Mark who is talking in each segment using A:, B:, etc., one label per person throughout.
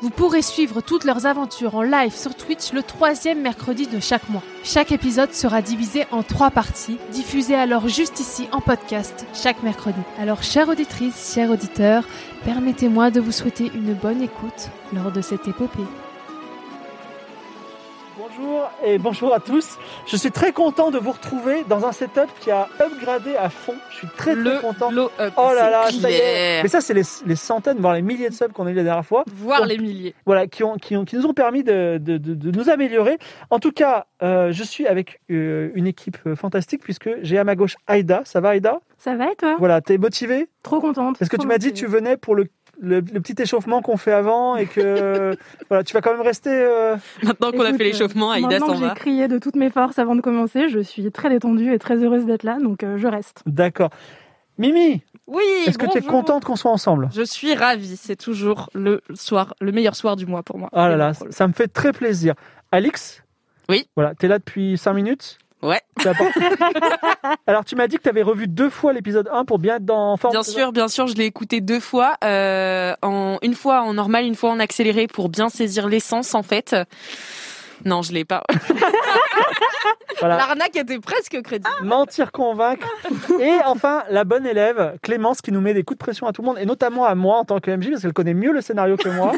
A: Vous pourrez suivre toutes leurs aventures en live sur Twitch le troisième mercredi de chaque mois. Chaque épisode sera divisé en trois parties, diffusées alors juste ici en podcast chaque mercredi. Alors, chère auditrice, chers auditeurs, permettez-moi de vous souhaiter une bonne écoute lors de cette épopée.
B: Bonjour et bonjour à tous. Je suis très content de vous retrouver dans un setup qui a upgradé à fond. Je suis très très content.
C: blow up.
B: Oh
C: c'est
B: là là, ça y est.
C: clair.
B: Mais ça, c'est les, les centaines, voire les milliers de subs qu'on a eu la dernière fois,
C: Voir les milliers.
B: voilà, qui, ont, qui, ont, qui nous ont permis de, de- de- de nous améliorer. En tout cas, euh, je suis avec euh, une équipe euh, fantastique puisque j'ai à ma gauche Aïda. Ça va Aïda
D: Ça va et toi
B: Voilà, t'es motivée
D: Trop contente.
B: Parce que tu m'as dit tu venais pour le, le- le petit échauffement qu'on fait avant et que voilà, tu vas quand même rester... euh,
C: Maintenant qu'on a
D: Écoute,
C: fait l'échauffement, Aïda
D: Maintenant
C: s'en
D: que j'ai
C: Ah, va.
D: crié de toutes mes forces avant de commencer, je suis très détendue et très heureuse d'être là, donc euh, je reste.
B: D'accord. Mimi,
C: Oui,
B: est-ce que tu es
C: bonjour.
B: contente qu'on soit ensemble
C: Je suis ravie. C'est toujours le soir, le meilleur soir du mois pour moi.
B: Ah là là,
C: Incroyable.
B: ça me fait très plaisir. Alix
C: Oui.
B: Voilà, t'es là depuis 5 minutes
C: Ouais.
B: T'as pas- Alors, tu m'as dit que t'avais revu deux fois l'épisode 1 pour bien être dans en forme.
C: Bien
B: c'est
C: sûr, bien sûr, je l'ai écouté deux fois, euh, en, une fois en normal, une fois en accéléré pour bien saisir l'essence en fait. Non, je l'ai pas.
B: ça Voilà.
C: L'arnaque était presque crédible.
B: Mentir, convaincre. Et enfin, la bonne élève, Clémence, qui nous met des coups de pression à tout le monde, et notamment à moi en tant que MJ, parce qu'elle connaît mieux le scénario que moi.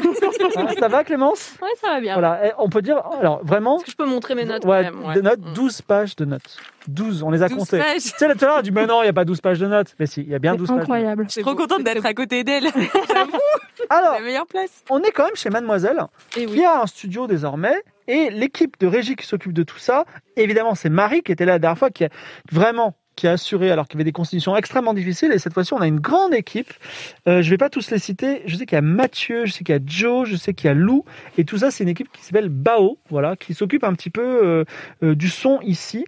B: Hein, ça va, Clémence
E: Ouais, ça va bien.
B: Voilà, et on peut dire, alors vraiment,
E: Est-ce que je peux montrer mes notes
B: ouais,
E: quand même Ouais.
B: des notes,
E: Mm.
B: 12 pages de notes. 12, on les a
C: Douze
B: comptées.
C: pages.
B: Tu sais, là, tout à l'heure, elle a dit, mais non, il n'y a pas 12 pages de notes. Mais si, il y a bien 12
D: C'est
B: pages. de notes.
D: incroyable.
C: Je suis trop contente d'être à côté d'elle. J'avoue,
B: Alors,
C: la meilleure place.
B: on est quand même chez Mademoiselle,
C: Et
B: qui a un studio désormais. Et l'équipe de régie qui s'occupe de tout ça, évidemment, c'est Marie qui était là la dernière fois, qui a vraiment qui a assuré alors qu'il y avait des constitutions extrêmement difficiles et cette fois-ci on a une grande équipe Euh, je vais pas tous les citer je sais qu'il y a Mathieu je sais qu'il y a Joe je sais qu'il y a Lou et tout ça c'est une équipe qui s'appelle Bao voilà qui s'occupe un petit peu euh, euh, du son ici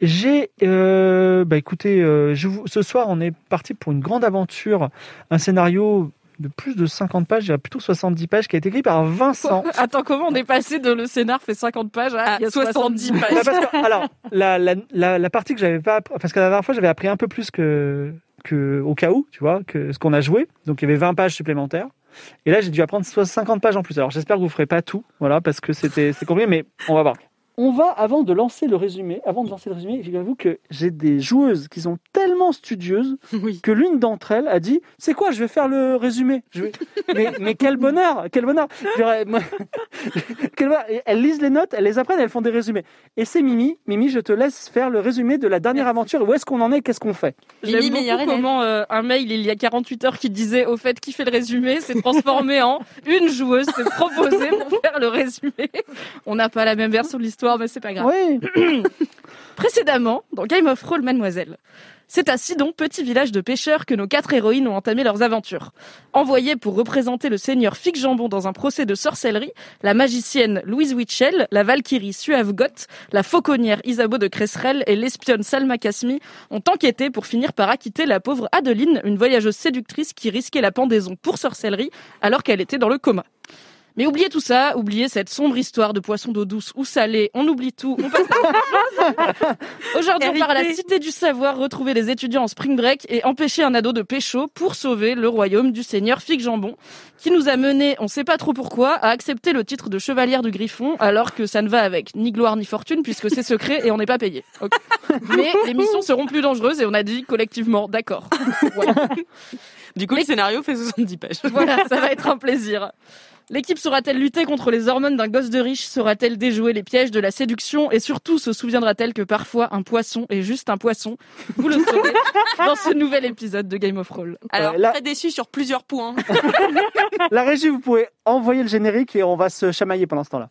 B: j'ai euh, bah écoutez euh, je vous- ce soir on est parti pour une grande aventure un scénario de plus de 50 pages, je dirais plutôt 70 pages, qui a été écrit par Vincent.
E: Attends, comment on est passé de le scénar fait 50 pages à
C: À
E: il y a
C: 70
E: pages
B: Bah, parce que, alors, la, la, la, la partie que j'avais pas. appr- Parce que la dernière fois, j'avais appris un peu plus que, que au cas où, tu vois, que ce qu'on a joué. Donc, il y avait 20 pages supplémentaires. Et là, j'ai dû apprendre soit 50 pages en plus. Alors, j'espère que vous ferez pas tout, voilà, parce que c'était c'est compliqué, mais on va voir. On va, avant de lancer le résumé, avant de lancer le résumé, j'avoue que j'ai des joueuses qui sont tellement studieuses
C: Oui.
B: que l'une d'entre elles a dit C'est quoi, je vais faire le résumé je vais... mais, mais quel bonheur Quel bonheur J'aurais- moi- quel bonheur. Et Elles lisent les notes, elles les apprennent, elles font des résumés. Et c'est Mimi. Mimi, je te laisse faire le résumé de la dernière aventure. Où est-ce qu'on en est Qu'est-ce qu'on fait
E: J'aime
C: Mimi,
E: beaucoup
C: meilleure élève.
E: comment euh, un mail il y a 48 heures qui disait au fait qui fait le résumé s'est transformé en une joueuse s'est proposée pour faire le résumé. On n'a pas la même version de l'histoire mais c'est pas grave.
B: Oui.
E: Précédemment, dans Game of Roll Mademoiselle, c'est à Sidon, petit village de pêcheurs, que nos quatre héroïnes ont entamé leurs aventures. Envoyées pour représenter le seigneur Fig Jambon dans un procès de sorcellerie, la magicienne Louise Witchell, la valkyrie Suave Goth, la fauconnière Isabeau de Cresserelle et l'espionne Salma Kasmi ont enquêté pour finir par acquitter la pauvre Adeline, une voyageuse séductrice qui risquait la pendaison pour sorcellerie alors qu'elle était dans le coma. Mais oubliez tout ça, oubliez cette sombre histoire de poisson d'eau douce ou salée, on oublie tout, on passe à autre chose. Aujourd'hui, on parle à la Cité du Savoir, retrouver les étudiants en spring break et empêcher un ado de pécho pour sauver le royaume du seigneur Fig Jambon, qui nous a mené, on sait pas trop pourquoi, à accepter le titre de chevalière du Griffon, alors que ça ne va avec ni gloire ni fortune, puisque c'est secret et on n'est pas payé. Ok. Mais les missions seront plus dangereuses et on a dit collectivement, d'accord. Voilà.
C: Du coup, le scénario fait 70 pages.
E: Voilà, ça va être un plaisir. L'équipe saura-t-elle lutter contre les hormones d'un gosse de riche Saura-t-elle déjouer les pièges de la séduction Et surtout, se souviendra-t-elle que parfois un poisson est juste un poisson Vous le saurez dans ce nouvel épisode de Game of Roll.
C: Alors,
B: Ouais, là-
C: très déçu sur plusieurs points.
B: La régie, vous pouvez envoyer le générique et on va se chamailler pendant ce temps-là.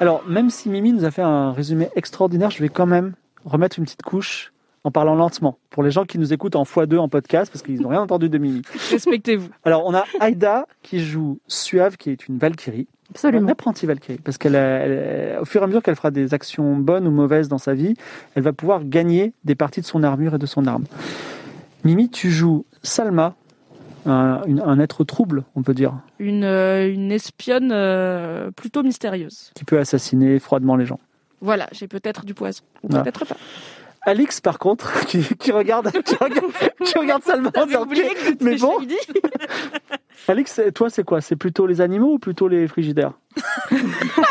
B: Alors, même si Mimi nous a fait un résumé extraordinaire, je vais quand même remettre une petite couche en parlant lentement pour les gens qui nous écoutent en x2 en podcast parce qu'ils n'ont rien entendu de Mimi.
E: Respectez-vous.
B: Alors, on a Aïda qui joue Suave, qui est une Valkyrie. Une
D: Absolument.
B: apprentie Valkyrie. Parce qu'elle, a- elle- au fur et à mesure qu'elle fera des actions bonnes ou mauvaises dans sa vie, elle va pouvoir gagner des parties de son armure et de son arme. Mimi, tu joues Salma, un, une- un être trouble, on peut dire,
E: Une, euh, une espionne euh, plutôt mystérieuse.
B: qui peut assassiner froidement les gens.
E: Voilà, j'ai peut-être du poison. Ou
B: Voilà.
E: peut-être pas.
B: Alix, par contre, qui, qui regarde, qui regarde, qui regarde Salma en disant, Mais bon, Alix, toi, c'est quoi C'est plutôt les animaux ou plutôt les frigidaires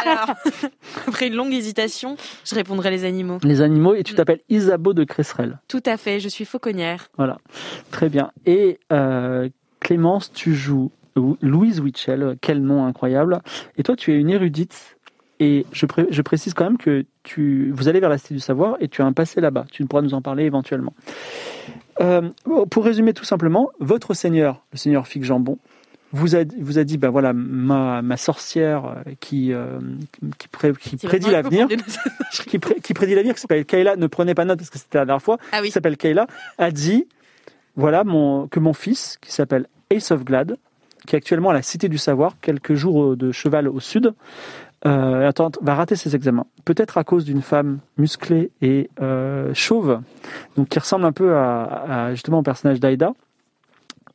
C: Alors, après une longue hésitation, je répondrai les animaux.
B: Les animaux, et tu t'appelles Isabeau de Cresserelle.
C: Tout à fait, je suis fauconnière.
B: Très bien. Et euh, Clémence, tu joues Lou- Louise Witchell, quel nom incroyable. Et toi, tu es une érudite. Et je, pré- je précise quand même que tu, vous allez vers la Cité du Savoir et tu as un passé là-bas. Tu pourras nous en parler éventuellement. Euh, pour résumer tout simplement, votre seigneur, le seigneur Fig Jambon, vous a, vous a dit, ben voilà, ma, ma sorcière euh, qui, euh, qui, pré- qui
C: C'est
B: prédit
C: vraiment un peu
B: l'avenir,
C: pour des-
B: qui, pré- qui prédit l'avenir, qui s'appelle Kayla, ne prenez pas note parce que c'était la dernière fois,
C: Ah
B: qui
C: oui,
B: s'appelle Kayla, a dit voilà mon, que mon fils, qui s'appelle Ace of Glad, qui est actuellement à la Cité du Savoir, quelques jours de cheval au sud, euh, attend- va rater ses examens. Peut-être à cause d'une femme musclée et euh, chauve, donc qui ressemble un peu à, à, justement au personnage d'Aïda.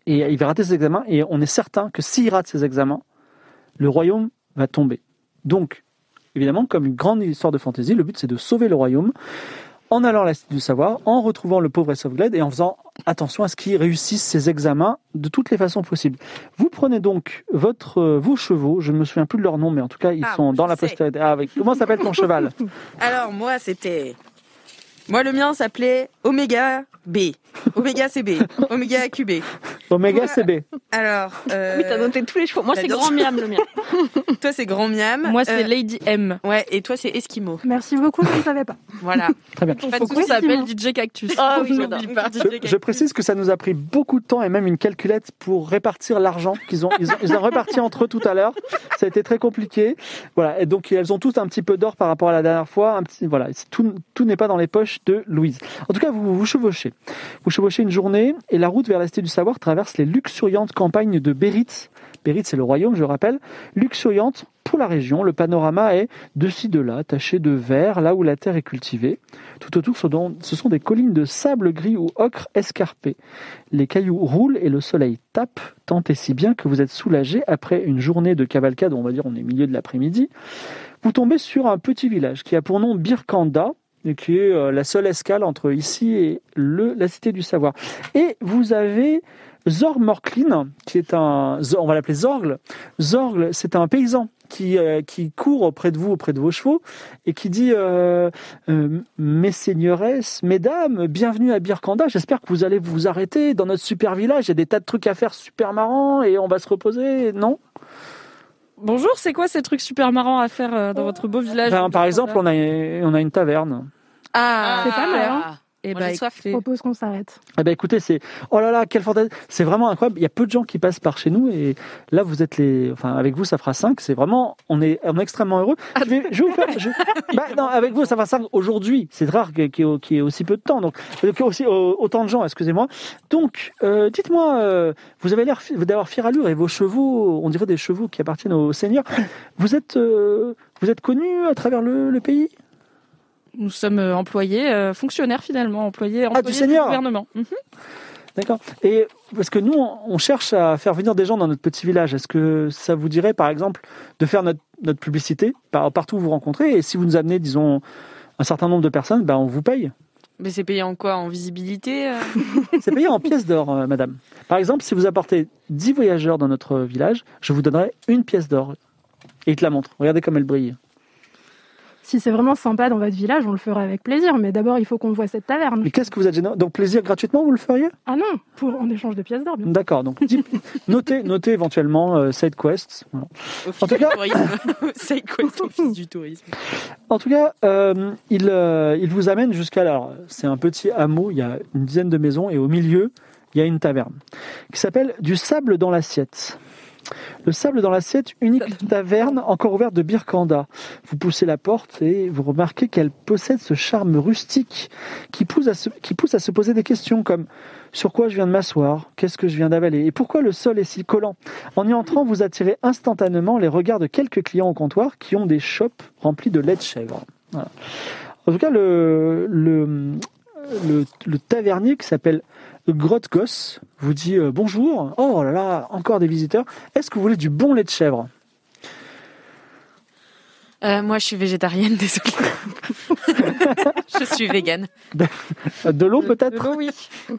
B: Et il va rater ses examens, et on est certain que s'il rate ses examens, le royaume va tomber. Donc, évidemment, comme une grande histoire de fantasy, le but c'est de sauver le royaume en allant à la Cité du Savoir, en retrouvant le pauvre Esofgled et en faisant attention à ce qu'il réussisse ses examens de toutes les façons possibles. Vous prenez donc votre, euh, vos chevaux, je ne me souviens plus de leur nom, mais en tout cas, ils
C: Ah,
B: sont dans
C: je
B: la
C: sais.
B: postérité. Ah, avec- comment s'appelle ton cheval
C: alors moi c'était... Moi le mien s'appelait Oméga B. Oméga CB. Oméga QB.
B: Oméga
C: Ouais.
B: CB.
C: Alors...
F: Ah
C: euh,
G: Oui, t'as noté tous les chevaux. Moi, c'est
C: j'adore.
G: grand miam le mien.
C: Toi c'est Grand Miam.
E: Moi, c'est
C: Euh,
E: Lady M.
C: Ouais, et toi c'est Esquimau.
D: Merci beaucoup, je ne savais pas.
C: Voilà.
B: Très bien.
C: Pas de
E: Faut
C: soucis.
E: qu'on s'appelle DJ Cactus.
G: Ah
E: On
G: oui,
E: n'oublie
G: j'adore.
E: pas.
B: Je, je précise que ça nous a pris beaucoup de temps et même une calculette pour répartir l'argent qu'ils ont. Ils ont, ils ont réparti entre eux tout à l'heure. Ça a été très compliqué. Voilà. Et donc elles ont toutes un petit peu d'or par rapport à la dernière fois. Un petit, voilà. C'est Tout, tout n'est pas dans les poches de Louise. En tout cas, vous vous chevauchez. Vous chevauchez une journée et la route vers la Cité du Savoir traverse les luxuriantes campagnes de Bérit. Bérit, c'est le royaume, je rappelle. Luxuriante pour la région. Le panorama est de ci de là, taché de vert, là où la terre est cultivée. Tout autour, ce don- ce sont des collines de sable gris ou ocre escarpé. Les cailloux roulent et le soleil tape, tant et si bien que vous êtes soulagé après une journée de cavalcade, on va dire on est milieu de l'après-midi. Vous tombez sur un petit village qui a pour nom Birkanda, et qui est euh, la seule escale entre ici et le, la cité du savoir. Et vous avez Zor Morklin, qui est un, Zor- on va l'appeler Zorgle. Zorgle, c'est un paysan qui, euh, qui court auprès de vous, auprès de vos chevaux, et qui dit... euh, euh, mes seigneuresses, mesdames, bienvenue à Birkanda. J'espère que vous allez vous arrêter dans notre super village. Il y a des tas de trucs à faire super marrants et on va se reposer. Non
E: Bonjour, c'est quoi ces trucs super marrants à
B: Ah.
E: faire euh, dans votre beau village
B: Ben, Par exemple, on a, on a une taverne.
C: Ah,
D: C'est pas mal,
E: Et
C: Moi, j'ai soif.
D: Je propose qu'on s'arrête.
B: Eh ben écoutez, c'est oh là là, quelle fantaisie C'est vraiment incroyable. Il y a peu de gens qui passent par chez nous et là vous êtes les, enfin avec vous ça fera 5 C'est vraiment, on est, on est extrêmement heureux. Je vais, je vais vous faire, je- Bah, non, avec vous ça fera 5 aujourd'hui. C'est rare que- qu'il y, ait- qu'il y ait aussi peu de temps, donc qu'il y ait aussi au- autant de gens. Excusez-moi. Donc euh, dites-moi, euh, vous avez l'air fi- d'avoir fière allure et vos chevaux, on dirait des chevaux qui appartiennent au seigneur. Vous êtes, euh, vous êtes connu à travers le, le pays
E: Nous sommes euh, employés, euh, fonctionnaires finalement, employés, employés
B: Ah, du Seigneur.
E: gouvernement. Mhm.
B: D'accord. Et parce que nous, on on cherche à faire venir des gens dans notre petit village. Est-ce que ça vous dirait, par exemple, de faire notre, notre publicité par- partout où vous rencontrez Et si vous nous amenez, disons, un certain nombre de personnes, ben, on vous paye.
C: Mais c'est payé en quoi En visibilité euh
B: C'est payé en pièces d'or, euh, madame. Par exemple, si vous apportez 10 voyageurs dans notre village, je vous donnerai une pièce d'or. Et il te la montre. Regardez comme elle brille.
D: Si c'est vraiment sympa dans votre village, on le fera avec plaisir. Mais d'abord, il faut qu'on voit cette taverne.
B: Mais qu'est-ce que vous êtes gênant Donc, plaisir gratuitement, vous le feriez
D: Ah non, pour, en échange de pièces d'or, bien sûr.
B: D'accord. Donc, dix- notez, notez éventuellement euh, side quest. Voilà.
C: Office
B: En tout
C: du
B: cas-
C: tourisme. c'est quoi office du tourisme
B: En tout cas, euh, il, euh, il vous amène jusqu'à là. Alors, C'est un petit hameau, il y a une dizaine de maisons et au milieu, il y a une taverne qui s'appelle Du sable dans l'assiette. Le sable dans l'assiette, unique taverne encore ouverte de Birkanda. Vous poussez la porte et vous remarquez qu'elle possède ce charme rustique qui pousse, à se, qui pousse à se poser des questions comme sur quoi je viens de m'asseoir, qu'est-ce que je viens d'avaler et pourquoi le sol est si collant. En y entrant, vous attirez instantanément les regards de quelques clients au comptoir qui ont des chopes remplies de lait de chèvre. Voilà. En tout cas, le, le, le, le tavernier qui s'appelle Grotte Gosse vous dit euh, bonjour. Oh là là, encore des visiteurs. Est-ce que vous voulez du bon lait de chèvre
C: Euh, Moi, je suis végétarienne, désolée. je suis végane.
B: Euh, De l'eau
E: De
B: peut-être
E: l'eau, oui.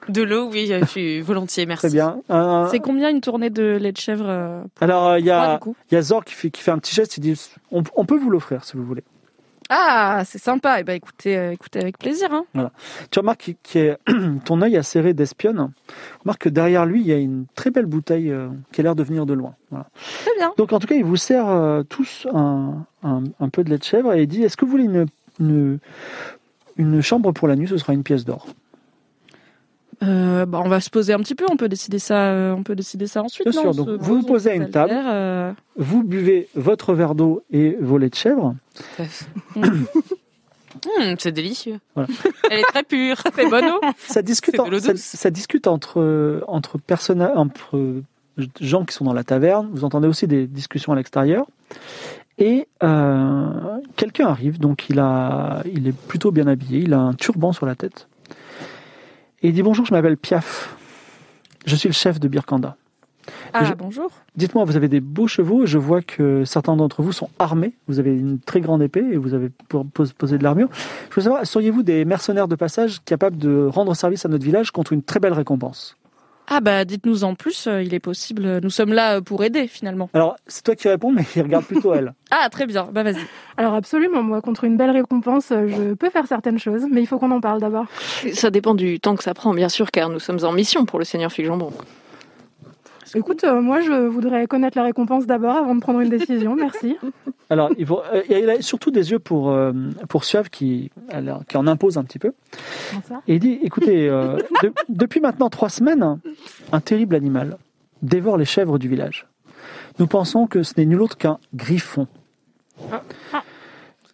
C: De l'eau, oui, je suis volontiers, merci.
B: Très bien. Un-
E: C'est combien une tournée de lait de chèvre euh, pour
B: alors euh, il y
E: moi,
B: a,
E: du coup
B: il y a Zor qui fait, qui fait un petit geste. Il dit on, on peut vous l'offrir si vous voulez.
E: Ah, c'est sympa. Eh ben, écoutez, euh, écoutez avec plaisir. Hein.
B: Tu remarques qu'il- qu'il y a- ton œil acéré d'espionne. Remarque que derrière lui il y a une très belle bouteille euh, qui a l'air de venir de loin. Voilà.
E: Très bien.
B: Donc en tout cas, il vous sert euh, tous un, un- un peu de lait de chèvre et il dit, est-ce que vous voulez une, une, une chambre pour la nuit Ce sera une pièce d'or.
E: Euh, bah, on va se poser un petit peu. On peut décider ça. euh, on peut décider ça ensuite.
B: Bien
E: non
B: sûr,
E: On se
B: donc vous
E: pose,
B: vous
E: on
B: posez à
E: fait
B: une
E: le
B: table.
E: verre, euh,
B: Vous buvez votre verre d'eau et vos laits de chèvre.
C: Hum, Hmm. c'est délicieux.
B: Voilà.
C: Elle est très pure.
E: C'est bonne eau.
B: Ça discute,
C: C'est de
B: en-
C: l'eau
B: ça,
C: douce.
B: ça discute entre, euh, entre, personna- entre euh, gens qui sont dans la taverne. Vous entendez aussi des discussions à l'extérieur. Et euh, quelqu'un arrive, donc il, a, il est plutôt bien habillé, il a un turban sur la tête. Et il dit Bonjour, je m'appelle Piaf. Je suis le chef de Birkanda.
E: Ah
B: Je-
E: bonjour.
B: Dites-moi, vous avez des beaux chevaux. Je vois que certains d'entre vous sont armés. Vous avez une très grande épée et vous avez po- po- posé de l'armure. Je veux savoir, seriez-vous des mercenaires de passage capables de rendre service à notre village contre une très belle récompense
E: Ah bah dites-nous en plus. euh, il est possible. euh, Nous sommes là euh, pour aider finalement.
B: Alors, c'est toi qui réponds, mais il regarde plutôt elle.
E: Ah très bien. Bah vas-y.
D: Alors absolument, moi, contre une belle récompense, euh, je peux faire certaines choses, mais il faut qu'on en parle d'abord.
G: Ça dépend du temps que ça prend, bien sûr, car nous sommes en mission pour le Seigneur Figjambon.
D: Écoute, euh, moi, je voudrais connaître la récompense d'abord avant de prendre une décision, merci.
B: Alors, il, faut- euh, il a surtout des yeux pour, euh, pour Suave qui, alors, qui en impose un petit peu.
D: Comment ça
B: Et il dit, écoutez, euh, de- depuis maintenant trois semaines, un terrible animal dévore les chèvres du village. Nous pensons que ce n'est nul autre qu'un griffon.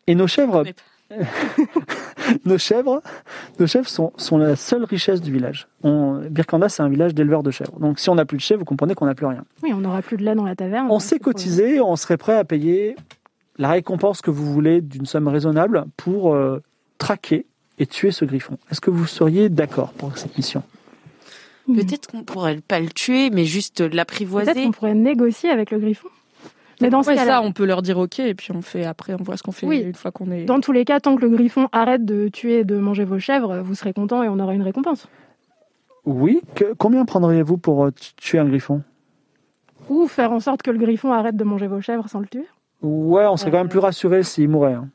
B: Et nos chèvres,
C: Mais-
B: nos chèvres, nos chèvres sont, sont la seule richesse du village. On, Birkanda, c'est un village d'éleveurs de chèvres. Donc, si on n'a plus de chèvres, vous comprenez qu'on n'a plus rien.
D: Oui, on n'aura plus de lait dans la taverne.
B: On
D: hein,
B: s'est
D: c'est pour-
B: cotisé, on serait prêt à payer la récompense que vous voulez d'une somme raisonnable pour euh, traquer et tuer ce griffon. Est-ce que vous seriez d'accord pour cette mission
E: Mm.
C: Peut-être qu'on pourrait pas le tuer, mais juste
D: Peut-être
C: l'apprivoiser.
D: qu'on pourrait négocier avec le griffon. Mais dans ce
E: Ouais, ça,
D: cas-là,
E: on peut leur dire ok et puis on fait après. On voit ce qu'on fait
D: Oui.
E: une fois qu'on est.
D: dans tous les cas, tant que le griffon arrête de tuer et de manger vos chèvres, vous serez content et on aura une récompense.
B: Oui. Que- combien prendriez-vous pour euh, tu- tuer un griffon
D: Ou faire en sorte que le griffon arrête de manger vos chèvres sans le tuer.
B: Ouais, on serait quand même plus rassuré s'il mourait. hein.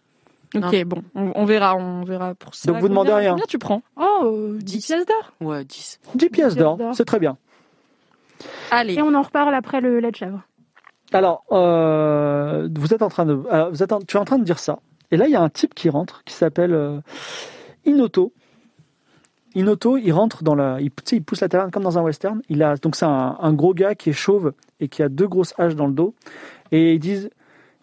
E: Ok bon. On, on verra. On verra pour ça.
B: Donc, vous
E: Combien-
B: demandez rien.
E: Combien tu prends
D: Oh, euh, 10
C: Dix.
D: pièces d'or
C: Ouais, 10.
B: 10 pièces d'or, c'est très bien.
E: Allez.
D: Et on en reparle après le lait de chèvre.
B: Alors, euh, vous êtes en train de, alors, vous êtes en- tu es en train de dire ça. Et là, il y a un type qui rentre, qui s'appelle euh, Inoto, Inoto, il rentre dans la. Il, tu sais, il pousse la taverne comme dans un western. Il a, donc, c'est un, un gros gars qui est chauve et qui a deux grosses haches dans le dos. Et ils disent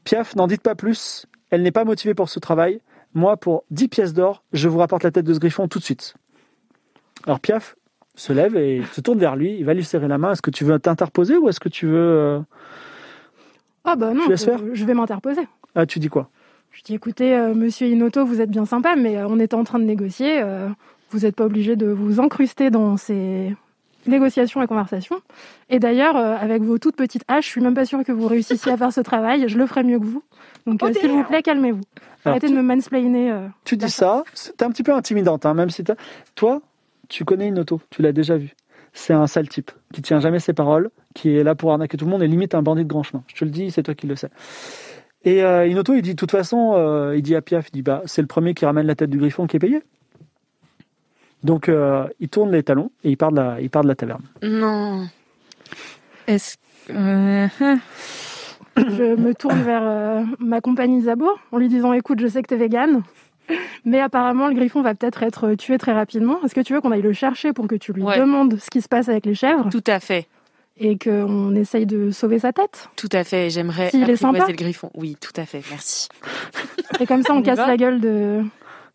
B: Piaf, n'en dites pas plus. Elle n'est pas motivée pour ce travail. Moi, pour 10 pièces d'or, je vous rapporte la tête de ce griffon tout de suite. Alors, Piaf se lève et se tourne vers lui. Il va lui serrer la main. Est-ce que tu veux t'interposer ou est-ce que tu veux. euh,
D: Ah bah non,
B: Tu laisses
D: je,
B: faire
D: je vais m'interposer.
B: Ah, tu dis quoi
D: Je dis écoutez, euh, monsieur Inoto, vous êtes bien sympa, mais euh, on était en train de négocier. euh, vous n'êtes pas obligé de vous incruster dans ces négociations et conversations. Et d'ailleurs, euh, avec vos toutes petites haches, je suis même pas sûre que vous réussissiez à faire ce travail. Je le ferai mieux que vous. Donc, euh, s'il vous plaît, calmez-vous.
B: Alors,
D: Arrêtez de me mansplainer. euh.
B: Tu dis ça,
D: D'accord.
B: c'est un petit peu intimidante, hein, même si t'as- toi, tu connais une auto, tu l'as déjà vu. C'est un sale type qui tient jamais ses paroles, qui est là pour arnaquer tout le monde et limite un bandit de grand chemin. Je te le dis, c'est toi qui le sais. Et euh, Inoto, il dit de toute façon, euh, il dit à Piaf, il dit bah c'est le premier qui ramène la tête du griffon qui est payé. Donc euh, il tourne les talons et il part de la, il part de la taverne.
C: Non.
E: Est-ce euh, hein.
D: Je me tourne vers euh, ma compagnie Zabour en lui disant écoute, je sais que t'es vegan, mais apparemment le griffon va peut-être être tué très rapidement. Est-ce que tu veux qu'on aille le chercher pour que tu lui
C: Ouais.
D: demandes ce qui se passe avec les chèvres
C: Tout à fait.
D: et qu'on essaye de sauver sa tête
C: Tout à fait. J'aimerais
D: S'il est
C: apprivoiser
D: sympa.
C: le griffon. Oui, tout à fait. Merci.
D: Et comme ça
E: On
D: on
E: y
D: casse
E: va
D: la gueule de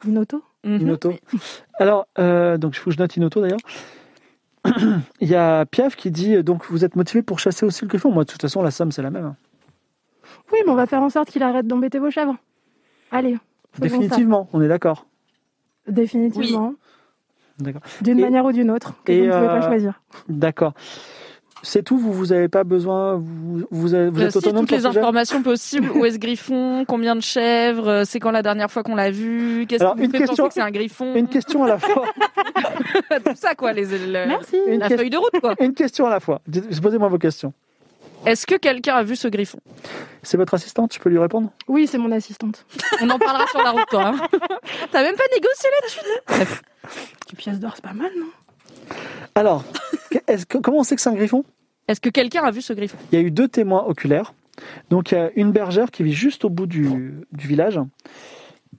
D: Inoto
E: Mhm.
B: Inoto. Alors, euh, donc, il faut que je note Inoto d'ailleurs. Il y a Piaf qui dit euh, donc vous êtes motivé pour chasser aussi le griffon. Moi, de toute façon, la somme c'est la même. hein.
D: Oui, mais on va faire en sorte qu'il arrête d'embêter vos chèvres. Allez, faisons
B: Définitivement, on est d'accord.
D: ça. Définitivement.
B: D'accord.
D: D'une
B: Et-
D: manière ou d'une autre, que
B: et,
D: vous ne pouvez pas
B: euh,
D: choisir.
B: D'accord. C'est tout, vous vous avez pas besoin, vous, vous, avez- vous
E: Euh,
B: êtes
E: si,
B: autonome
E: toutes
B: sur
E: les
B: le sujet
E: informations possibles. Où est-ce Griffon Combien de chèvres Euh, C'est quand la dernière fois qu'on l'a vu Qu'est-ce
B: Alors,
E: qui vous
B: une
E: fait
B: question-
E: penser que c'est un Griffon
B: Une question à la fois.
E: Tout ça quoi, les, le-
D: Merci.
B: Une,
E: la
B: ques-
E: feuille de route quoi.
B: une question à la fois. Dites- Posez-moi vos questions.
E: Est-ce que quelqu'un a vu ce Griffon
B: C'est votre assistante, je peux lui répondre
D: Oui, c'est mon assistante.
E: On en parlera sur la route toi. hein. T'as même pas négocié là
D: Du pièce d'or, c'est pas mal, non
B: Alors, est-ce que- comment on sait que c'est un griffon
E: Est-ce que quelqu'un a vu ce Griffon
B: Il y a eu deux témoins oculaires. Donc, il y a une bergère qui vit juste au bout du, du village,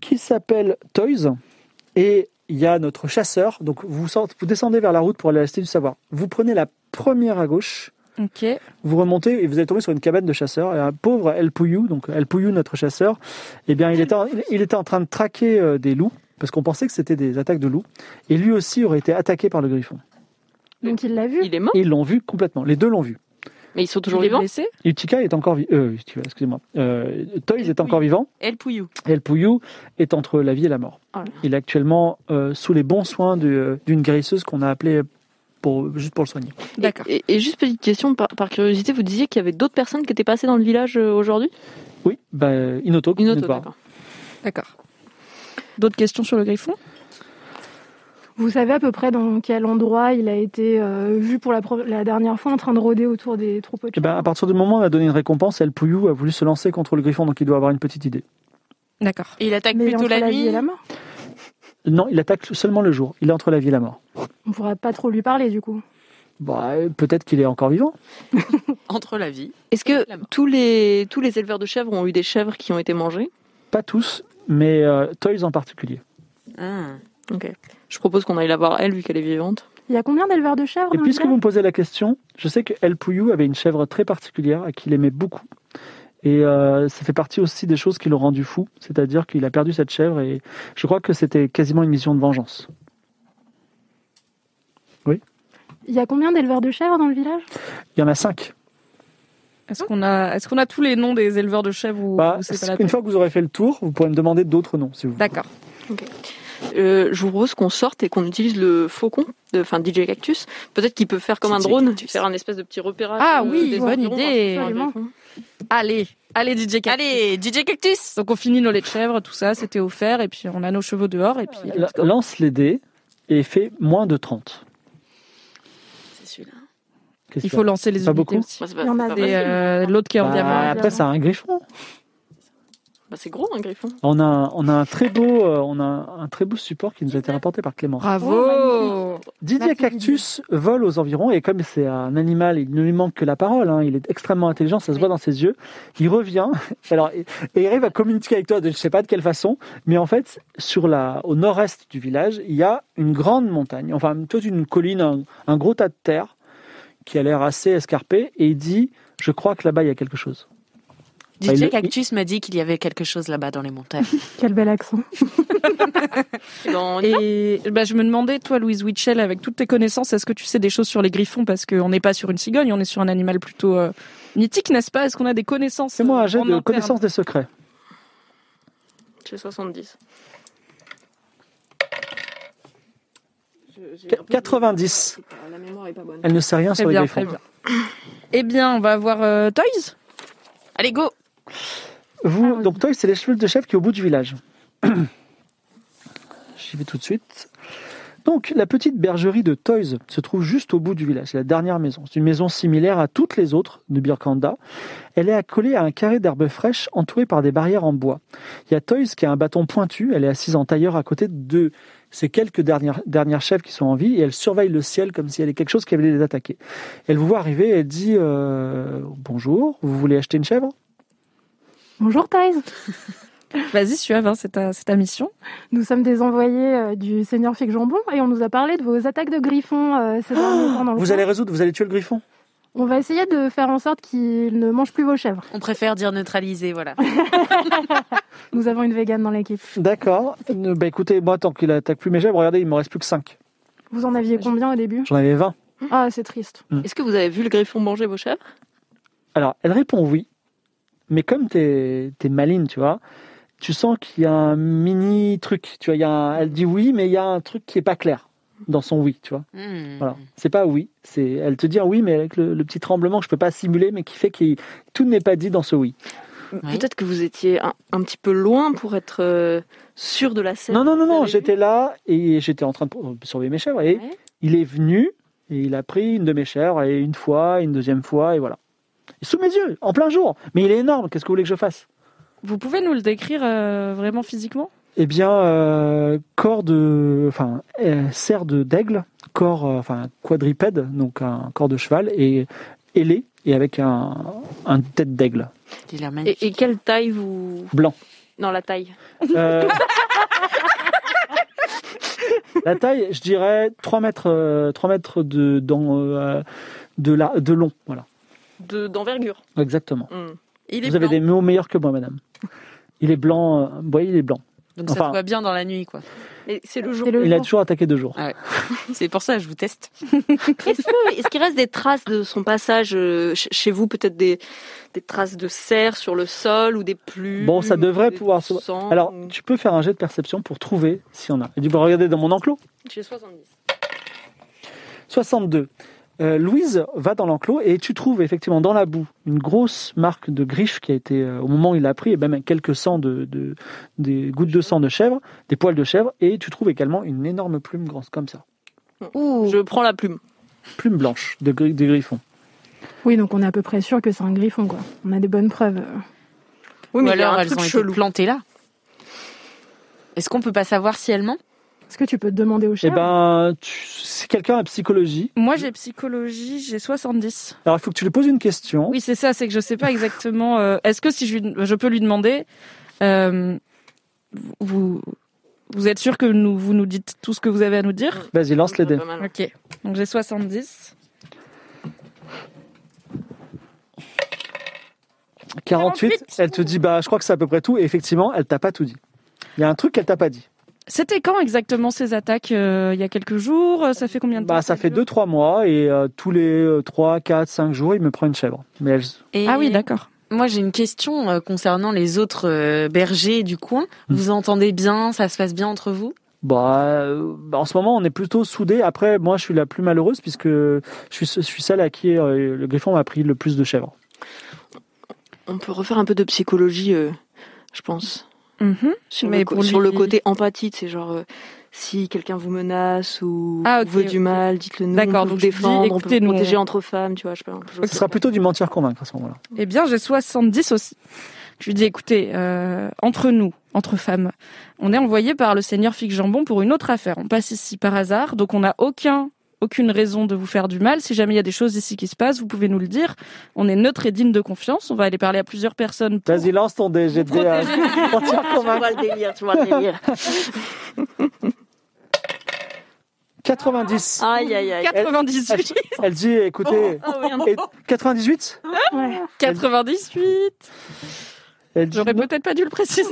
B: qui s'appelle Toys. Et il y a notre chasseur. Donc, vous, sortez- vous descendez vers la route pour aller à la Cité du Savoir. Vous prenez la première à gauche.
E: Ok.
B: Vous remontez et vous allez tomber sur une cabane de chasseurs. Et un pauvre El Pouillou, donc El Pouillou, notre chasseur, eh bien, il était, en, il- il était en train de traquer euh, des loups, parce qu'on pensait que c'était des attaques de loups. Et lui aussi aurait été attaqué par le griffon.
D: Donc il l'a vu.
G: Il est mort,
B: Et ils l'ont vu complètement. Les deux l'ont vu.
G: mais ils sont toujours
E: Il est
G: vivants.
E: blessé
B: Utica est encore vivant. Euh, Utica, excusez-moi. Euh, Toys est encore vivant.
C: El Pouillou.
B: Et El Pouillou est entre la vie et la mort.
G: Oh là là.
B: Il est actuellement euh, sous les bons soins du- euh, d'une guérisseuse qu'on a appelée pour, juste pour le soigner.
E: D'accord.
G: Et, et juste petite question, par, par curiosité, vous disiez qu'il y avait d'autres personnes qui étaient passées dans le village euh, aujourd'hui
B: Oui, bah, Inoto. qu'on
G: Une
B: vient
G: autre,
B: de voir.
G: d'accord.
E: D'accord. D'autres questions sur le Griffon
D: Vous savez à peu près dans quel endroit il a été euh, vu pour la, pro- la dernière fois en train de rôder autour des troupeaux de
B: Eh ben, à
D: chèvres
B: partir du moment où on a donné une récompense, El Pouillou a voulu se lancer contre le griffon, donc il doit avoir une petite idée.
E: D'accord.
C: Et il attaque
D: Mais il est
C: plutôt
D: entre
C: la,
D: la vie
C: nuit.
D: et la mort.
B: Non, il attaque seulement le jour. Il est entre la vie et la mort.
D: On pourra pas trop lui parler du coup.
B: Bah, euh, peut-être qu'il est encore vivant.
C: Entre la vie.
G: Est-ce que
C: La mort.
G: tous les, tous les éleveurs de chèvres ont eu des chèvres qui ont été mangées
B: Pas tous, mais euh, Toys en particulier.
C: Ah.
G: Je propose qu'on aille la voir, elle, vu qu'elle est vivante.
D: Il y a combien d'éleveurs de chèvres
B: Et
D: dans le
B: puisque
D: village
B: vous me posez la question, je sais que El Pouillou avait une chèvre très particulière à qui il aimait beaucoup. Et euh, ça fait partie aussi des choses qui l'ont rendu fou, c'est-à-dire qu'il a perdu cette chèvre et je crois que c'était quasiment une mission de vengeance.
D: Il y a combien d'éleveurs de chèvres dans le village
B: Il y en a cinq.
E: Est-ce qu'on a, est-ce qu'on a tous les noms des éleveurs de chèvres ou,
B: Bah,
E: ou c'est pas la
B: une
E: peine
B: fois que vous aurez fait le tour, vous pourrez me demander d'autres noms si vous voulez.
E: D'accord.
G: Euh, je vous propose qu'on sorte et qu'on utilise le faucon, de- enfin DJ Cactus. Peut-être qu'il peut faire comme un
C: DJ
G: drone,
C: Cactus.
G: faire un espèce de petit repérage.
E: Ah
G: euh,
E: oui,
G: des
E: bonne
G: environs,
E: idée.
G: voir si c'est un
D: Absolument.
G: griffon.
E: Allez, allez DJ Cactus.
C: Allez, DJ Cactus.
E: Donc on finit nos laits de chèvre, tout ça, c'était offert, et puis on a nos chevaux dehors, et puis...
B: La- Lance les dés et fais moins de 30.
G: C'est celui-là.
B: Qu'est-ce qu'il
E: Il faut
B: y a
E: lancer les
B: Pas
E: unités
B: beaucoup
E: aussi.
G: Bah, c'est pas-
D: Il y en
G: c'est
D: a
G: pas
D: des,
E: Et
G: facile.
E: euh, l'autre qui est en
B: Bah,
E: diamant.
B: Après, c'est un griffon.
G: Bah, Bah, c'est gros un griffon.
B: On a, on a un très beau, euh, on a un très beau support qui nous a été rapporté par Clément.
E: Bravo
B: Didier
D: Merci,
B: Cactus vole aux environs et comme c'est un animal, il ne lui manque que la parole. hein, il est extrêmement intelligent, ça se voit dans ses yeux. Il revient, alors et et il arrive à communiquer avec toi. De, je sais pas de quelle façon, mais en fait, sur la, au nord-est du village, il y a une grande montagne, enfin toute une colline, un, un gros tas de terre qui a l'air assez escarpé. Et il dit, je crois que là-bas il y a quelque chose. Bah, il
C: DJ
B: le-
C: Cactus m'a dit qu'il y avait quelque chose là-bas dans les montagnes.
D: Quel bel accent.
G: Dans-
E: Et bah, je me demandais, toi, Louise Witchell, avec toutes tes connaissances, est-ce que tu sais des choses sur les griffons Parce qu'on n'est pas sur une cigogne, on est sur un animal plutôt euh, mythique, n'est-ce pas Est-ce qu'on a des connaissances
B: C'est moi,
E: euh,
B: j'ai
E: en
B: de
E: interne
B: connaissance des secrets.
G: J'ai 70. Je- j'ai un peu de-
B: 90.
G: La mémoire est pas bonne.
B: Elle ne sait rien
E: Très
B: sur les
E: bien,
B: griffons.
E: très bien. Eh bien, on va avoir euh, Toys
C: Allez, go
B: Vous, donc toi, c'est l'échelle de chef qui est au bout du village. J'y vais tout de suite. Donc, la petite bergerie de Toys se trouve juste au bout du village. C'est la dernière maison. C'est une maison similaire à toutes les autres de Birkanda. Elle est accolée à un carré d'herbe fraîche entouré par des barrières en bois. Il y a Toys qui a un bâton pointu. Elle est assise en tailleur à côté de ces quelques dernières, dernières chefs qui sont en vie et elle surveille le ciel comme si elle est quelque chose qui allait les attaquer. Elle vous voit arriver et elle dit euh, Bonjour, vous voulez acheter une chèvre
D: Bonjour Thaïs.
E: Vas-y, Suave, hein, c'est ta, c'est ta mission.
D: Nous sommes des envoyés euh, du Seigneur Fig Jambon et on nous a parlé de vos attaques de griffons euh, ces derniers temps dans le
B: Ah, Vous
D: coin.
B: allez résoudre, vous allez tuer le griffon
D: On va essayer de faire en sorte qu'ils ne mangent plus vos chèvres.
C: On préfère dire neutraliser, voilà.
D: Nous avons une végane dans l'équipe.
B: D'accord. Ne- Bah écoutez, moi, tant qu'il attaque plus mes jambes, regardez, il me reste plus que 5.
D: Vous en aviez combien au début
B: J'en avais 20.
D: Ah, c'est triste.
G: Est-ce que vous avez vu le griffon manger vos chèvres
B: Alors, elle répond oui. Mais comme t'es es maligne, tu vois, tu sens qu'il y a un mini truc. Tu vois, il y a un- elle dit oui, mais il y a un truc qui est pas clair dans son oui, tu vois.
G: Mm.
C: Hmm.
B: Voilà. C'est pas oui. C'est elle te dit oui, mais avec le, le petit tremblement que je peux pas simuler, mais qui fait que tout n'est pas dit dans ce oui.
C: Oui.
G: Peut-être que vous étiez un, un petit peu loin pour être euh, sûr de la scène.
B: Non, non, non,
G: Vous
B: non,
G: avez
B: j'étais
G: vu
B: là et j'étais en train de surveiller mes chèvres et
G: Ouais.
B: il est venu et il a pris une de mes chèvres et une fois, une deuxième fois et voilà. Et sous mes yeux, en plein jour. Mais il est énorme, qu'est-ce que vous voulez que je fasse
E: Vous pouvez nous le décrire euh, vraiment physiquement
B: Eh bien, euh, corps de. Enfin, euh, cerf de d'aigle, corps, euh, enfin, quadrupède, donc un corps de cheval et ailé et avec un, un tête d'aigle.
C: Il a magnifique.
G: Et, et quelle taille vous.
B: Blanc.
G: Non, la taille.
B: Euh, la taille, je dirais 3 mètres, euh, 3 mètres de, dans, euh, de, la, de long. Voilà,
G: De- D'envergure.
B: exactement.
G: Hmm.
C: Il est
B: Vous avez
C: blanc.
B: des mots meilleurs que moi, madame. Il est blanc, euh, vous voyez, il est blanc.
C: Donc ça
B: enfin-
C: te va bien dans la nuit, quoi.
G: Mais c'est le jour.
D: C'est le
B: Il a
D: jour.
B: toujours attaqué deux jours.
C: Ah C'est pour ça que je vous teste.
G: Est-ce que- est-ce qu'il reste des traces de son passage euh, ch- chez vous Peut-être des, des traces de serre sur le sol ou des plumes
B: Bon, ça devrait
G: ou des-
B: pouvoir
G: du
B: se-
G: sang,
B: Alors,
G: ou-
B: tu peux faire un jet de perception pour trouver s'il y en a. Il dit, bah, regardez dans mon enclos.
G: J'ai 70.
B: 62. Euh, Louise va dans l'enclos et tu trouves effectivement dans la boue une grosse marque de griffe qui a été, euh, au moment où il l'a pris, et même quelques sangs de, de- des gouttes de sang de chèvre, des poils de chèvre, et tu trouves également une énorme plume grosse comme ça,
C: Oh.
D: Ouh.
G: Je prends la plume.
B: plume blanche de, gri- de griffon.
D: Oui, donc on est à peu près sûr que c'est un griffon, quoi. On a des bonnes preuves. Euh,
C: Ou
G: Oui, mais il y a
C: alors
G: un
C: elles
G: truc
C: ont été
G: chelou.
C: plantées là. Est-ce qu'on peut pas savoir si elles ment
D: Est-ce que tu peux te demander au
B: Eh
D: chèvre
B: ben, tu- si quelqu'un a psychologie,
E: Moi, j'ai psychologie, j'ai 70.
B: alors il faut que tu lui poses une question.
E: Oui, c'est ça, c'est que je sais pas exactement. euh, Est-ce que si je, lui- je peux lui demander, euh, vous, vous êtes sûr que nous, vous nous dites tout ce que vous avez à nous dire
B: Vas-y, lance les dés.
G: Pas mal.
E: Ok, donc j'ai 70.
B: 48, elle te dit, bah, je crois que c'est à peu près tout, et effectivement, elle t'a pas tout dit. Il y a un truc qu'elle t'a pas dit.
E: C'était quand exactement ces attaques euh, Il y a quelques jours Ça fait combien de temps
B: Bah, ça fait 2-3 mois, et euh, tous les 3, 4, 5 jours, il me prend une chèvre. Mais elle,
C: Et
E: Ah oui, d'accord.
C: Moi, j'ai une question euh, concernant les autres euh, bergers du coin. Vous entendez bien Ça se passe bien entre vous
B: Bah, euh, bah, en ce moment, on est plutôt soudés. Après, moi, je suis la plus malheureuse puisque je suis, je suis celle à qui euh, le griffon m'a pris le plus de chèvres.
G: On peut refaire un peu de psychologie, euh, je pense.
E: Mhm.
G: Sur,
E: Mais
G: le, co-
E: pour
G: sur
E: lui-
G: le côté empathie, c'est genre euh, si quelqu'un vous menace ou
E: Ah, ok,
G: vous veut
E: ok.
G: du mal, dites-le nous.
E: D'accord,
G: on
E: donc
G: peut vous
E: je dis,
G: défendre, on peut
E: écoutez,
G: vous
E: nous,
G: protéger
E: on-
G: entre femmes, tu vois. Je sais pas, un peu-
B: Ce sera plutôt du mentir convaincre à ce moment-là.
E: Eh bien, j'ai 70 aussi. Je lui dis, écoutez, euh, entre nous, entre femmes, on est envoyé par le seigneur Fig Jambon pour une autre affaire. On passe ici par hasard, donc on n'a aucun aucune raison de vous faire du mal. Si jamais il y a des choses ici qui se passent, vous pouvez nous le dire. On est neutre et digne de confiance. On va aller parler à plusieurs personnes. pour-
B: Vas-y, lance ton dé, j'ai de dé, euh, pour te faire
G: Tu
B: convaincre.
G: vois le délire, tu vois le délire.
B: 90.
G: Aïe, aïe, aïe.
E: 98
B: Elle dit, écoutez,
E: Oh,
B: et 98
D: Ouais.
E: 98
B: Elle dit,
E: J'aurais peut-être pas dû le préciser.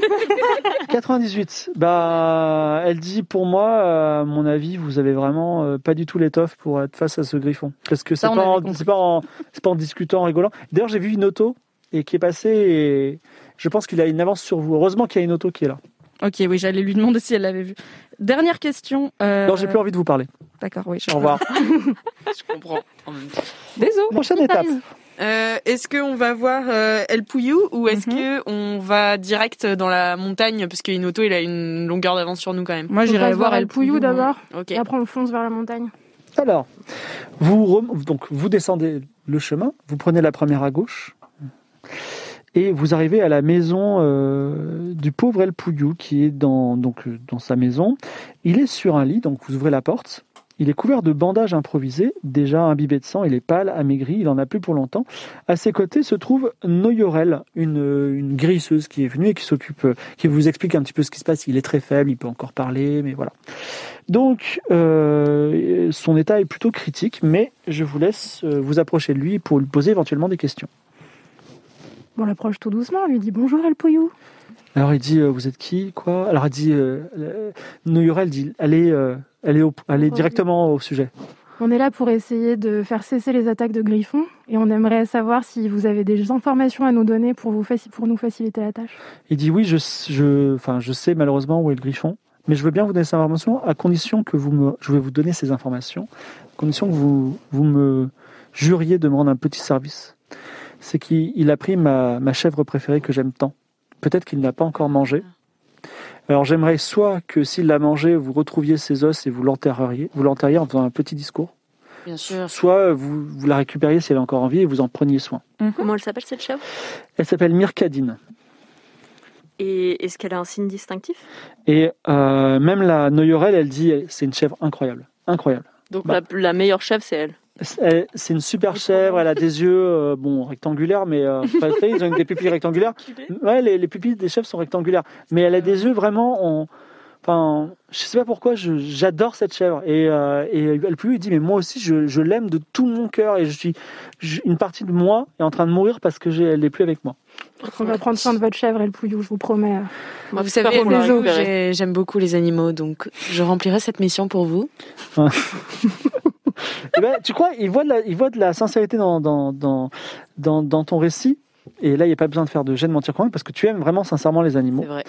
B: 98. Bah, elle dit pour moi, euh, à mon avis, vous avez vraiment euh, pas du tout l'étoffe pour être face à ce griffon. Parce que c'est
E: Ça, on
B: pas,
E: avait
B: en-
E: compris.
B: c'est pas, en- c'est pas en discutant, en rigolant. D'ailleurs, j'ai vu une auto et qui est passée et je pense qu'il a une avance sur vous. Heureusement qu'il y a une auto qui est là.
E: ok, oui, j'allais lui demander si elle l'avait vu. Dernière question. euh,
B: Non, j'ai plus envie de vous parler.
E: D'accord, oui. je-
B: Au revoir.
C: Je comprends. en même temps.
E: Désolé.
B: Prochaine étape.
C: Euh, est-ce qu'on va voir euh, El Pouillou ou est-ce
E: Mhm.
C: que on va direct dans la montagne parce que Inoto il a une longueur d'avance sur nous quand même.
E: Moi,
D: On
E: j'irai
D: passe
E: voir El Pouillou
D: d'abord,
C: Ok.
D: et après on fonce vers la montagne.
B: Alors, vous, rem- donc, vous descendez le chemin, vous prenez la première à gauche, et vous arrivez à la maison euh, du pauvre El Pouillou, qui est dans, donc, euh, dans sa maison. Il est sur un lit, donc vous ouvrez la porte. Il est couvert de bandages improvisés, déjà imbibé de sang, il est pâle, amaigri, il en a plus pour longtemps. À ses côtés se trouve Noyorel, une, euh, une grisseuse qui est venue et qui s'occupe, euh, qui vous explique un petit peu ce qui se passe. Il est très faible, il peut encore parler, mais voilà. Donc, euh, son état est plutôt critique, mais je vous laisse euh, vous approcher de lui pour lui poser éventuellement des questions.
D: Bon, on l'approche tout doucement, on lui dit bonjour El Pouillou.
B: Alors, il dit euh, Vous êtes qui Quoi Alors, elle dit euh, euh, Noyorel dit Allez, euh, allez, au- allez directement au sujet.
D: On est là pour essayer de faire cesser les attaques de griffons et on aimerait savoir si vous avez des informations à nous donner pour, vous faci- pour nous faciliter la tâche.
B: Il dit Oui, je, je, enfin, je sais malheureusement où est le griffon, mais je veux bien vous donner ces informations à condition que vous me. Je vais vous donner ces informations, à condition que vous, vous me juriez de me rendre un petit service. C'est qu'il il a pris ma, ma chèvre préférée que j'aime tant. Peut-être qu'il ne l'a pas encore mangée. Alors j'aimerais soit que s'il l'a mangée, vous retrouviez ses os et vous l'enterreriez, vous l'enterriez en faisant un petit discours,
C: Bien sûr.
B: soit vous, vous la récupériez si elle est encore en vie et vous en preniez soin.
E: Mhm.
G: Comment elle s'appelle cette chèvre
B: Elle s'appelle Myrcadine.
G: Et est-ce qu'elle a un signe distinctif
B: Et euh, même la Noyorel, elle dit c'est une chèvre incroyable. Incroyable.
G: Donc
B: Bah.
G: la, la meilleure chèvre, c'est elle.
B: Elle- C'est une super chèvre, elle a des yeux euh, bon rectangulaires, mais euh, enfin, vous savez, ils ont une des pupilles rectangulaires. Ouais, les, les pupilles des chèvres sont rectangulaires, mais elle a des yeux vraiment. en- Enfin, je sais pas pourquoi, je- j'adore cette chèvre. Et, euh, et elle plus, il dit mais moi aussi, je, je l'aime de tout mon cœur et je suis je- une partie de moi est en train de mourir parce que j'ai- elle n'est plus avec moi.
D: On va prendre soin de votre chèvre El Pouillou, je vous promets. euh,
G: Moi,
C: vous
G: j'espère
C: savez,
G: qu'on l'a
C: Elzo,
G: récupérée.
C: j'ai- j'aime beaucoup les animaux, donc je remplirai cette mission pour vous.
B: Eh ben, tu crois, il voit de la, il voit de la sincérité dans, dans, dans, dans, dans ton récit. Et là, il n'y a pas besoin de faire de jet de mentir convaincre parce que tu aimes vraiment sincèrement les animaux.
C: C'est vrai.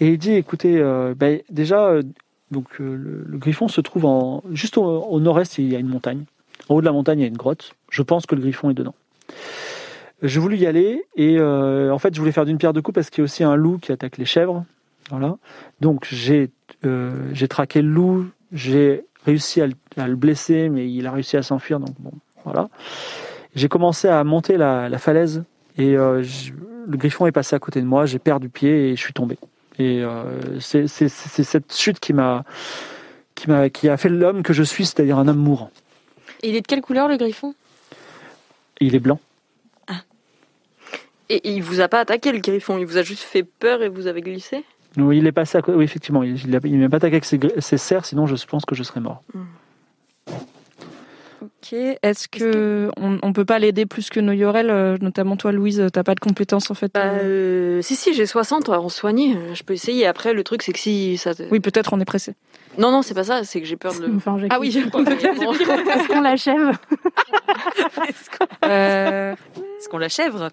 B: Et il dit, écoutez, euh, ben, déjà, euh, donc euh, le, le griffon se trouve en, juste au, au nord-est, il y a une montagne. En haut de la montagne, il y a une grotte. Je pense que le griffon est dedans. Je voulais y aller et euh, en fait, je voulais faire d'une pierre deux coups parce qu'il y a aussi un loup qui attaque les chèvres. Voilà. Donc j'ai euh, j'ai traqué le loup, j'ai réussi à le, à le blesser, mais il a réussi à s'enfuir. Donc bon, voilà. J'ai commencé à monter la, la falaise et euh, je- le griffon est passé à côté de moi. J'ai perdu pied et je suis tombé. Et euh, c'est c'est- c'est cette chute qui m'a qui m'a qui a fait l'homme que je suis, c'est-à-dire un homme mourant.
C: Il est de quelle couleur le griffon
B: Et il est blanc.
G: Et il vous a pas attaqué le griffon, il vous a juste fait peur et vous avez glissé
B: Donc, il est passé à côté. Oui, effectivement, il il a- il m'a pas attaqué avec ses, gr- ses serres, sinon je pense que je serais mort.
E: Ok. Est-ce que on, on peut pas l'aider plus que Noyorel, euh, notamment toi, Louise, euh, t'as pas de compétences en fait.
G: Bah,
E: euh,
G: euh, si, si, j'ai 60 à en soigner. Euh, Je peux essayer. Après, le truc, c'est que si ça. te-
E: Oui, peut-être on est pressé.
G: Non, non, c'est pas ça, c'est que j'ai peur de le.
D: Enfin, j'ai-
G: Ah oui, j'ai pas
D: Est-ce qu'on l'achève
E: Euh,
C: Est-ce qu'on la chèvre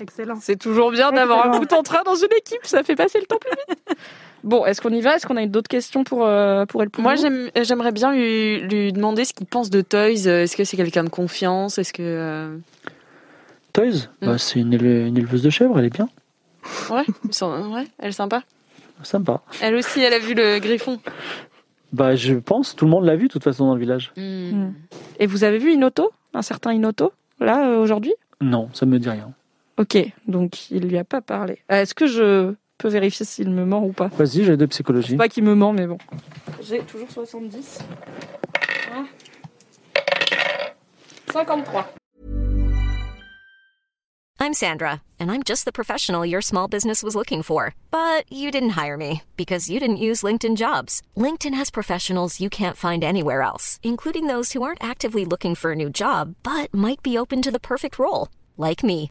D: Excellent.
E: c'est toujours bien d'avoir un
D: Excellent.
E: bout en train dans une équipe, ça fait passer le temps plus vite. Bon, est-ce qu'on y va Est-ce qu'on a d'autres questions pour euh, pour elle
C: Moi j'aime- euh, j'aimerais bien lui, lui demander ce qu'il pense de Toys. Euh, Est-ce que c'est quelqu'un de confiance Est-ce que euh,
B: Toys, bah, c'est une, éle- une éleveuse de chèvres, elle est bien,
C: ouais, ils sont- ouais, elle est sympa.
B: sympa.
C: Elle aussi, elle a vu le griffon.
B: Bah, je pense, tout le monde l'a vu de toute façon dans le village.
G: Hmm.
E: Hmm. Et vous avez vu Inoto, un certain Inoto, là euh, aujourd'hui
B: Non, ça me dit rien.
E: Ok, donc il lui a pas parlé. Ah, Est-ce que je peux vérifier s'il me ment ou pas
B: Vas-y, j'ai deux
E: Je sais
B: psychologies.
E: pas qu'il me ment, mais bon.
C: J'ai toujours 70.
D: Ah.
C: 53.
F: I'm Sandra, and I'm just the professional your small business was looking for. But you didn't hire me because you didn't use LinkedIn jobs. LinkedIn has professionals you can't find anywhere else, including those who aren't actively looking for a new job but might be open to the perfect role, like me.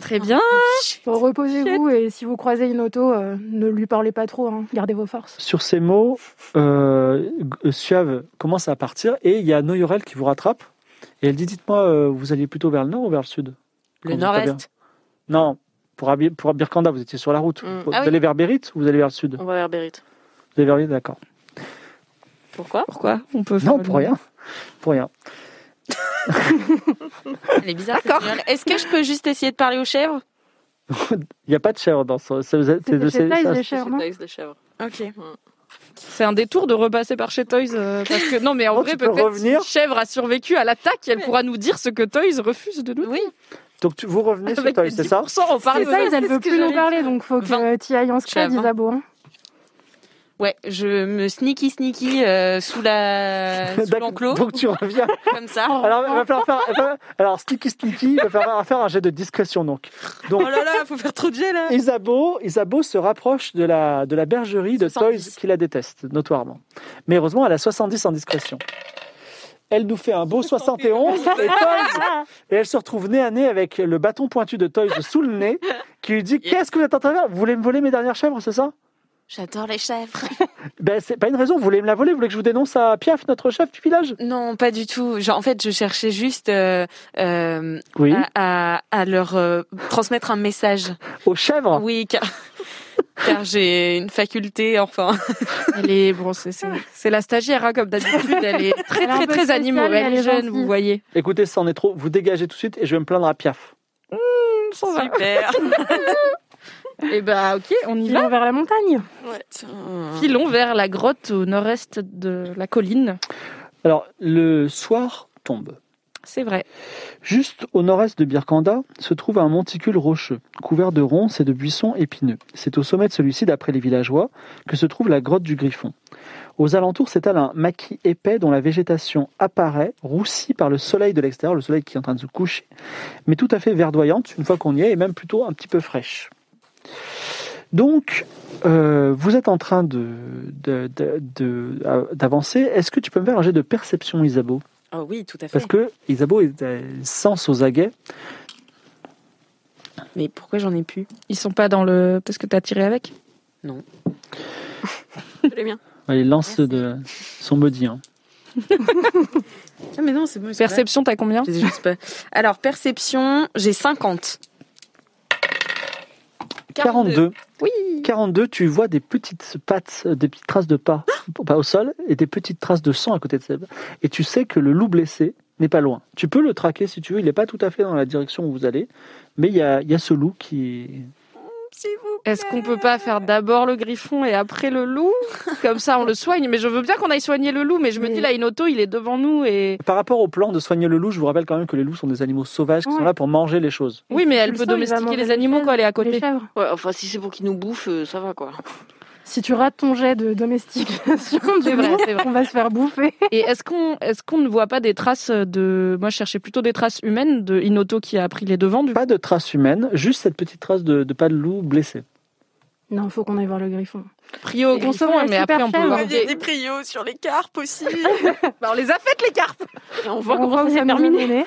E: Très Eh bien.
D: Bon, reposez-vous et si vous croisez une auto, euh, ne lui parlez pas trop, hein. gardez vos forces.
B: Sur ces mots, euh, G- Suave commence à partir et il y a Noyorel qui vous rattrape. Et elle dit Dites-moi, euh, vous alliez plutôt vers le nord ou vers le sud
C: Le
B: Quand vous êtes à Bir-
C: nord-est.
B: Non, pour, Abi- pour Birkanda, vous étiez sur la route.
G: Mm.
B: Vous
G: Ah oui. Oh.
B: allez vers Bérit ou vous allez vers le sud
G: On va vers Bérite.
B: Vous allez vers Bérit, d'accord.
G: Pourquoi
E: Pourquoi On peut faire
B: Non,
E: le
B: pour
E: lien.
B: rien. Pour rien.
C: Elle est bizarre. D'accord. Est-ce que je peux juste essayer de parler aux chèvres
B: Il n'y a pas de chèvre dans ce. c'est- c'est-
D: C'était
B: c'est-
D: chez Thaïs,
B: ça-
D: les chèvres, non
G: Taxe de chèvre.
C: Ok.
E: C'est un détour de repasser par chez Toys. euh, parce que, non, mais en
B: Oh,
E: vrai,
B: tu peux
E: peut-être si
B: revenir.
E: Chèvre a survécu à l'attaque, elle
C: Ouais.
E: pourra nous dire ce que Toys refuse de nous dire.
C: Oui.
B: Donc tu, vous revenez sur
E: Avec
B: Toys, c'est ça
E: 10%, on parle
D: C'est ça,
E: de
D: elle veut plus nous parler, donc faut que
C: Vingt.
D: tu ailles en scred,
C: Chèvre.
D: Isabeau. hein.
C: Ouais, je me sneaky sneaky euh, sous la sous
B: D'accord.
C: l'enclos
B: Donc tu reviens.
C: comme ça.
B: Alors, il va falloir faire, il va- alors Sticky Sticky, il va falloir faire un jet de discrétion donc.
C: Oh là là, faut faire trop de jet là.
B: Isabeau, Isabeau se rapproche de la, de la bergerie de
C: 70.
B: Toys qui la déteste, notoirement. Mais heureusement, elle a 70 en discrétion. Elle nous fait un beau 71 et, Toys- et elle se retrouve nez à nez avec le bâton pointu de Toys sous le nez qui lui dit Qu'est-ce que vous êtes en train de faire Vous voulez me voler mes dernières chèvres, c'est ça
C: J'adore les chèvres.
B: Ben, c'est pas une raison, vous voulez me la voler, vous voulez que je vous dénonce à Piaf, notre chef du village
C: Non, pas du tout. Genre, en fait, je cherchais juste euh, euh,
B: Oui.
G: Ah.
C: à, à- à leur euh, transmettre un message.
B: Aux chèvres
C: Oui, car, car j'ai une faculté, enfin.
E: Elle est, bon, c'est- c'est c'est la stagiaire, hein, comme d'habitude. Elle est très,
D: Elle est un
E: très,
D: peu
E: très
D: spéciale,
E: animaux.
D: mais
E: Elle
D: elle
E: est
D: est
E: jeune,
D: gentille.
E: vous voyez.
B: Écoutez, ça en est trop, vous dégagez tout de suite et je vais me plaindre à Piaf.
C: Super.
E: Et bah, ok, on y
D: Ils
E: va.
D: vont vers la montagne.
E: Filons vers la grotte au nord-est de la colline.
B: Alors, le soir tombe.
E: C'est vrai.
B: Juste au nord-est de Birkanda se trouve un monticule rocheux, couvert de ronces et de buissons épineux. C'est au sommet de celui-ci, d'après les villageois, que se trouve la grotte du Griffon. Aux alentours s'étale un maquis épais dont la végétation apparaît, roussie par le soleil de l'extérieur, le soleil qui est en train de se coucher, mais tout à fait verdoyante une fois qu'on y est, et même plutôt un petit peu fraîche. Donc, euh, vous êtes en train de- de- de- de- euh, d'avancer. Est-ce que tu peux me faire un jet de perception, Isabeau
C: Oh
G: Ah
C: oui, tout à fait.
B: parce que Isabeau est euh, sens aux aguets.
C: Mais pourquoi j'en ai plus
E: Ils sont pas dans le. Parce que t'as tiré avec
G: Très bien.
B: Ouais, Les lances Bah, de son maudit. hein.
C: Ah mais non, c'est bon.
E: Perception, t'as combien
C: J'ai juste pas. Alors perception, j'ai 50.
B: 42.
E: Oui.
B: 42, tu vois des petites pattes, euh, des petites traces de pas, pas au sol et des petites traces de sang à côté de Seb. Et tu sais que le loup blessé n'est pas loin. Tu peux le traquer si tu veux, il n'est pas tout à fait dans la direction où vous allez, mais il y a, il y a ce loup qui.
E: Est-ce qu'on peut pas faire d'abord le griffon et après le loup Comme ça, on le soigne. Mais je veux bien qu'on aille soigner le loup. Mais je me
D: Mais-
E: dis, là, une auto, il est devant nous. et
B: Par rapport au plan de soigner le loup, je vous rappelle quand même que les loups sont des animaux sauvages qui sont
D: Ouais.
B: là pour manger les choses.
E: Oui, mais elle
D: Tu
E: peut
D: le sens, il va
E: domestiquer
D: manger
E: les
D: les
E: animaux
D: chèvres.
E: quand elle est à côté.
D: Les chèvres.
G: Ouais, enfin, si c'est pour qu'ils nous bouffent, euh, ça va quoi.
D: Si tu rates ton jet de domestication,
E: C'est vrai, c'est vrai.
D: on va se faire bouffer.
E: Et est-ce qu'on est-ce qu'on ne voit pas des traces de moi je cherchais plutôt des traces humaines de Inoto qui a pris les devants du coup.
B: Pas de traces humaines, juste cette petite trace de, de pas de loup blessé.
D: Non, faut qu'on aille voir le griffon.
E: pris au
D: Et
E: griffon,
D: consomme la
E: mais après on peut
D: super
E: voir
D: chèvre.
E: des-
G: prios sur les carpes aussi.
E: Bah, on les a faites les carpes.
G: Et on voit
D: On
G: comment
D: voit où
G: ça
D: ça
G: s'est
D: me
G: terminé.
D: menait.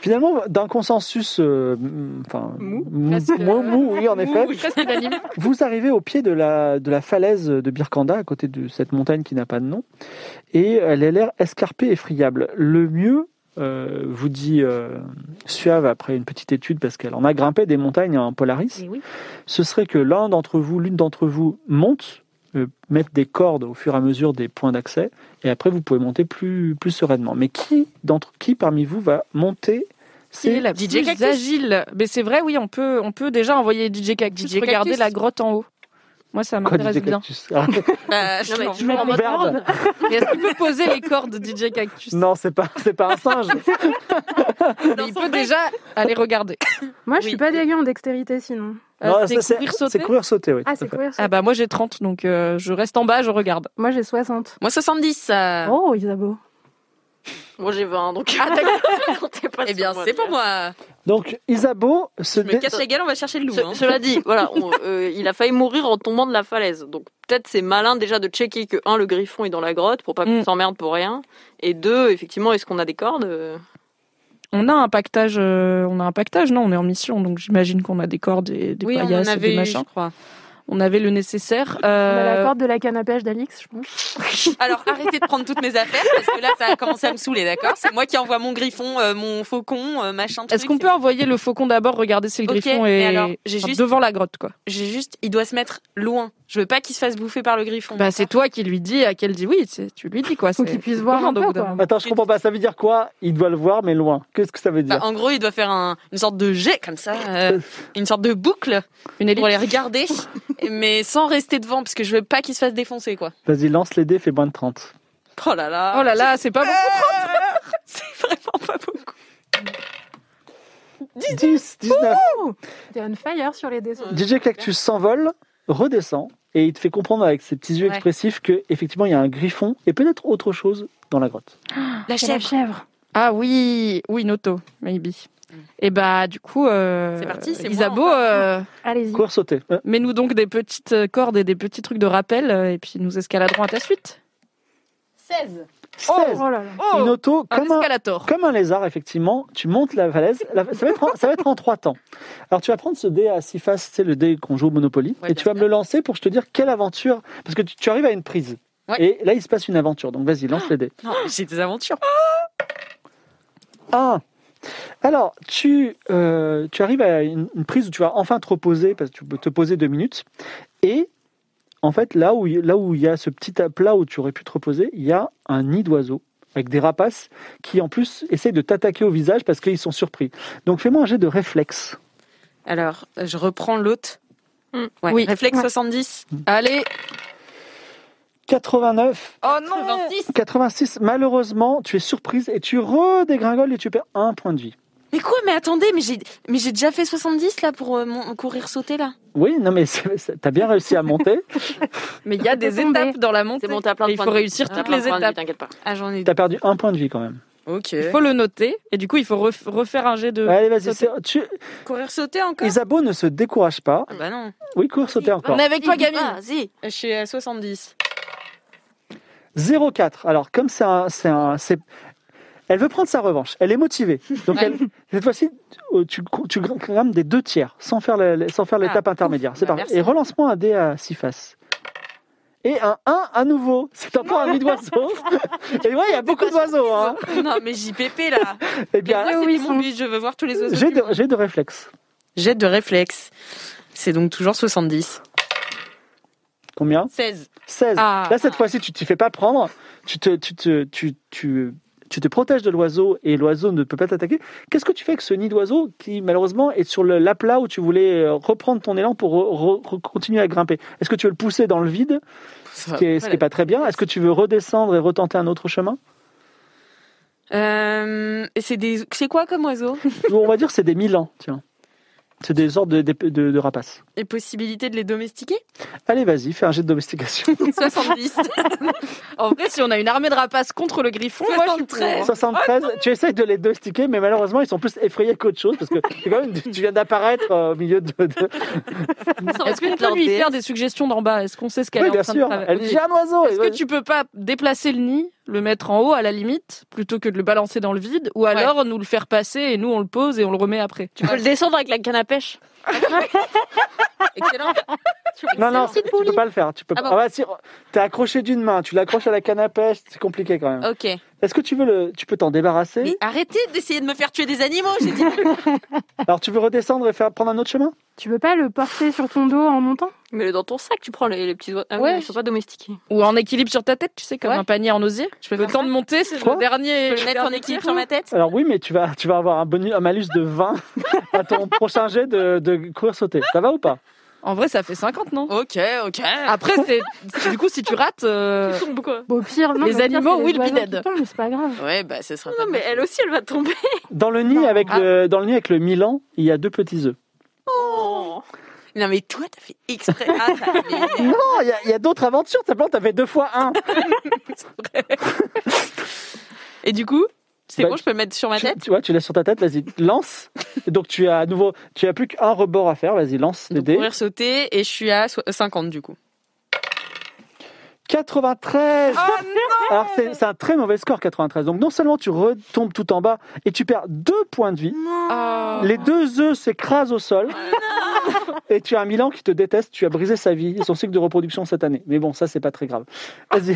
B: Finalement, d'un consensus euh, mm, enfin,
G: Mou.
B: mou,
E: Presque.
B: mou, mou, oui, en effet,
E: Presque unanime.
B: vous arrivez au pied de la, de la falaise de Birkanda, à côté de cette montagne qui n'a pas de nom, et elle a l'air escarpée et friable. Le mieux, euh, vous dit euh, Suave après une petite étude, parce qu'elle en a grimpé des montagnes en Polaris,
E: Eh oui.
B: ce serait que l'un d'entre vous, l'une d'entre vous monte euh, mettre des cordes au fur et à mesure des points d'accès, et après vous pouvez monter plus, plus sereinement. Mais qui, d'entre, qui parmi vous va monter
E: Qui est la
C: DJ
E: plus
C: Cactus.
E: agile. Mais c'est vrai, oui, on peut, on peut déjà envoyer DJ Cactus,
C: DJ
E: regarder
C: Cactus.
E: la grotte en haut. Moi, ça
B: Quoi,
E: m'intéresse
B: DJ
E: bien.
B: Cactus Ah,
C: Bah, je
G: mais
C: non,
G: tu
B: je
G: en mode
B: m'emmerde.
E: Mais Est-ce qu'il peut poser les cordes, DJ Cactus
B: Non, c'est pas, c'est pas un singe.
E: Mais Il peut déjà aller regarder.
D: Moi, je
C: Oui.
D: suis pas dégueu en dextérité sinon.
E: Euh,
B: Non,
E: c'est
B: ça, c'est
E: courir,
B: c'est
E: sauter.
B: courir sauter, oui. tout
D: Ah,
B: à
D: c'est
B: fait.
D: courir.
E: Ah bah moi j'ai 30, donc euh, je reste en bas, je regarde.
D: Moi, j'ai 60.
C: Moi 70.
E: Ah.
C: euh,
D: Oh, Isabeau.
G: Moi j'ai 20, donc. comptez pas
C: Ah, eh bien,
G: sur moi,
C: c'est pour
G: bien.
C: moi.
B: Donc Isabeau se
C: Je me
B: dé-
C: casse la gueule, on va chercher le loup. hein.
G: Ce- cela dit, voilà, on- euh, il a failli mourir en tombant de la falaise. Donc peut-être c'est malin déjà de checker que un le griffon est dans la grotte pour pas qu'on
E: Mm.
G: s'emmerde pour rien, et deux effectivement est-ce qu'on a des cordes euh,
E: On a un pactage, euh, on a un pactage, non On est en mission, donc j'imagine qu'on a des cordes, et des
C: oui, on
E: paillasses,
C: en
E: et
C: avait
E: des
C: eu, je
E: machins.
C: crois.
E: On avait le nécessaire.
D: On a la
E: euh,
D: corde de la canne à pêche d'Alix, je pense.
C: Alors arrêtez de prendre toutes mes affaires parce que là ça a commencé à me saouler, d'accord C'est moi qui envoie mon griffon, euh, mon faucon, euh, machin.
E: Est-ce
C: truc,
E: qu'on
C: c'est-
E: peut envoyer le faucon d'abord regarder si le
C: Ok,
E: griffon
C: mais
E: est
C: alors, j'ai
E: enfin,
C: juste-
E: devant la grotte quoi
C: J'ai juste, il doit se mettre loin. Je veux pas qu'il se fasse bouffer par le griffon.
E: Bah c'est toi qui lui dis à quel dit oui, c'est- tu lui dis quoi
D: Faut
E: c'est-
D: qu'il puisse
E: c'est
D: voir un
E: commande au
D: peu,
E: bout d'un
D: quoi.
E: moment.
B: Attends, je comprends pas. Ça veut dire quoi Il doit le voir, mais loin. Qu'est-ce que ça veut
C: Bah,
B: dire
C: en gros, il doit faire un- une sorte de jet comme ça, euh, une sorte de boucle
E: Une
C: pour les
E: ellipse.
C: regarder, mais sans rester devant parce que je veux pas qu'il se fasse défoncer quoi.
B: Vas-y, lance les dés, fais moins de 30.
C: Oh là là.
E: Oh là là, c'est
D: Ah,
E: pas bon.
C: C'est vraiment pas beaucoup.
B: 10, 19.
D: T'es on fire sur les dessins.
B: DJ Cactus s'envole, redescend, et il te fait comprendre avec ses petits yeux
C: Ouais.
B: expressifs que effectivement il y a un griffon et peut-être autre chose dans la grotte.
C: La
D: C'est la
C: chèvre.
D: chèvre.
E: Ah oui, oui Noto, maybe. Et bah du coup, euh,
C: C'est parti, c'est moi,
E: Isabeau,
C: en fait.
E: euh,
D: Allez-y.
B: Courir sauter. Euh,
E: mets-nous donc des petites cordes et des petits trucs de rappel euh, et puis nous escaladerons à ta suite.
C: 16.
B: 16.
D: Oh là là.
E: Oh,
B: Une auto
E: un
B: comme un,
E: escalator.
B: comme un lézard, effectivement, tu montes la falaise. La- ça, va être en, ça va être en trois temps. Alors, tu vas prendre ce dé à six faces, c'est le dé qu'on joue au Monopoly,
C: Ouais,
B: et tu
C: bien
B: vas me le lancer pour que je te dire quelle aventure. Parce que tu, tu arrives à une prise.
C: Ouais.
B: Et là, il se passe une aventure. Donc, vas-y, lance les dés.
C: Non, j'ai des aventures.
B: Un. Ah. Alors, tu, euh, tu arrives à une, une prise où tu vas enfin te reposer, parce que tu peux te poser deux minutes. Et en fait, là où, là où il y a ce petit plat où tu aurais pu te reposer, il y a un nid d'oiseaux avec des rapaces qui, en plus, essayent de t'attaquer au visage parce qu'ils sont surpris. Donc, fais-moi un jet de réflexe.
C: Alors, euh, je reprends l'autre.
G: Hmm.
C: Ouais,
E: Oui.
C: Réflexe
D: Mm. Ouais.
C: 70.
E: Allez,
B: 89,
E: oh non,
C: 26.
B: 86, malheureusement, tu es surprise et tu redégringoles et tu perds un point de vie.
C: Mais quoi Mais attendez, mais j'ai mais j'ai déjà fait 70 là pour euh, mon- courir sauter là.
B: Oui, non, mais c'est- c'est- t'as bien réussi à monter.
E: mais il y a des
D: tomber.
E: étapes dans la montée.
G: C'est bon, t'as plein de
E: Et Il
G: points
E: faut
G: de vie.
E: réussir
G: T'as
E: toutes
G: plein de
E: les
G: points de vie,
E: étapes.
G: T'inquiète pas.
C: Ah, j'en ai deux.
B: T'as perdu un point de vie quand même.
C: OK.
E: Il faut le noter et du coup il faut ref- refaire un jet de
B: Allez, vas-y.
E: sauter.
B: c'est- Tu...
C: Courir sauter encore
B: Isabeau ne se décourage pas.
C: Ah Bah non.
B: Oui, cours sauter encore.
E: On est avec toi, gamine.
G: Vas-y.
C: Je suis à 70.
B: 0,4. Alors, comme c'est un. c'est un- c'est- Elle veut prendre sa revanche. Elle est motivée. Donc, elle- cette fois-ci, tu- tu, tu grammes des deux tiers sans faire le- sans faire l'étape intermédiaire. C'est
C: Bah,
B: parti.
C: merci.
B: Et relance-moi un dé à six faces. Et un 1 à nouveau. C'est encore un nid d'oiseaux. Et ouais, il y a beaucoup d'oiseaux. Hein.
C: non, mais JPP là.
B: Eh
C: Mais
B: bien,
C: moi, c'était
D: oui, ils
C: mon
D: sont-
C: but, je veux voir tous les oiseaux.
B: j'ai
C: du
B: de,
C: monde.
B: j'ai de réflexe.
C: Jet de réflexe. C'est donc toujours 70.
B: Combien
C: 16.
B: 16.
C: Ah.
B: Là, cette fois-ci, tu t'y fais pas prendre. Tu te, tu te, tu, tu, tu te protèges de l'oiseau et l'oiseau ne peut pas t'attaquer. Qu'est-ce que tu fais avec ce nid d'oiseau qui, malheureusement, est sur le- l'aplat où tu voulais euh, reprendre ton élan pour re- re- re- continuer à grimper Est-ce que tu veux le pousser dans le vide, ce qui est, ce qui est pas très bien Est-ce que tu veux redescendre et retenter un autre chemin
C: Euh, c'est des, c'est quoi comme oiseau
B: Ou On va dire que c'est des milans, tiens. C'est des sortes de, de, de- de rapaces.
C: Les possibilités de les domestiquer
B: Allez, vas-y, fais un jet de domestication.
C: 70.
E: En vrai, si on a une armée de rapaces contre le griffon, moi je suis pour.
C: 73.
E: hein.
B: 73, tu essayes de les domestiquer, mais malheureusement, ils sont plus effrayés qu'autre chose parce que c'est quand même- tu viens d'apparaître euh, au milieu de- de,
E: Est-ce qu'on peut lui faire des suggestions d'en bas Est-ce qu'on sait ce qu'elle
B: Oui,
E: est en
B: bien
E: train
B: sûr.
E: de travailler
B: Elle dit ah, j'ai un oiseau.
E: Est-ce
B: Et-
E: que tu peux pas déplacer le nid, le mettre en haut à la limite, plutôt que de le balancer dans le vide, ou alors nous le faire passer et nous on le pose et on le remet après
G: Tu peux le descendre avec la canne à pêche.
C: Excellent.
B: Non, non, tu peux pas le faire. Tu peux
C: Ah
B: pas.
C: bon.
B: Ah bah, si, t'es accroché d'une main, tu l'accroches à la canne à pêche, c'est compliqué quand
G: Oh.
B: même.
C: Ok.
B: Est-ce que tu veux le, tu peux t'en débarrasser
C: Mais arrêtez d'essayer de me faire tuer des animaux. J'ai dit.
B: Alors tu veux redescendre et faire prendre un autre chemin
D: Tu veux pas le porter sur ton dos en montant
G: Mais dans ton sac, tu prends les, les petits oiseaux. Ah oui,
E: Ouais.
G: ils sont pas domestiqués.
E: Ou en équilibre sur ta tête, tu sais, comme
G: Ouais.
E: un panier en osier. Je fais le temps de monter, c'est
B: Quoi
E: le dernier.
G: Je peux le mettre en
E: dernier
G: équilibre
E: tir.
G: sur ma tête
B: Alors oui, mais tu vas, tu vas avoir un, bonus, un malus de 20 à ton prochain jet de, de courir sauter. Ça va ou pas
E: En vrai, ça fait 50, non
C: Ok, ok.
E: Après, c'est du coup, si tu rates. euh,
G: Tombe quoi
D: Bon, au pire, non,
E: Les
D: mais au pire,
E: animaux,
D: c'est
E: will be
D: oiseaux
E: dead.
D: qui tombent, mais C'est pas grave.
C: Ouais, bah, ce sera
G: Non, mais elle aussi, elle va tomber.
B: dans le, nid
D: Non.
B: avec le, dans le nid avec le Milan, il y a deux petits œufs.
C: Oh. Non, mais toi, t'as fait exprès. Ah, ça m'énerve.
B: Non, il y a, il y a d'autres aventures. Simplement, t'avais deux fois un.
C: Et du coup, c'est
B: Bah,
C: bon, je peux le mettre sur ma
B: Tu,
C: tête
B: tu vois, tu laisses sur ta tête. Vas-y, lance. Et Donc tu as à nouveau, tu as plus qu'un rebord à faire. Vas-y, lance les
C: Donc,
B: dés.
C: courir, sauter, et je suis à so- 50 du coup.
B: 93 Alors c'est c'est un très mauvais score 93. Donc non seulement tu retombes tout en bas et tu perds deux points de vie,
E: Ah.
B: les deux œufs s'écrasent au sol et tu as un Milan qui te déteste, tu as brisé sa vie et son cycle de reproduction cette année. Mais bon, ça c'est pas très grave. Vas-y.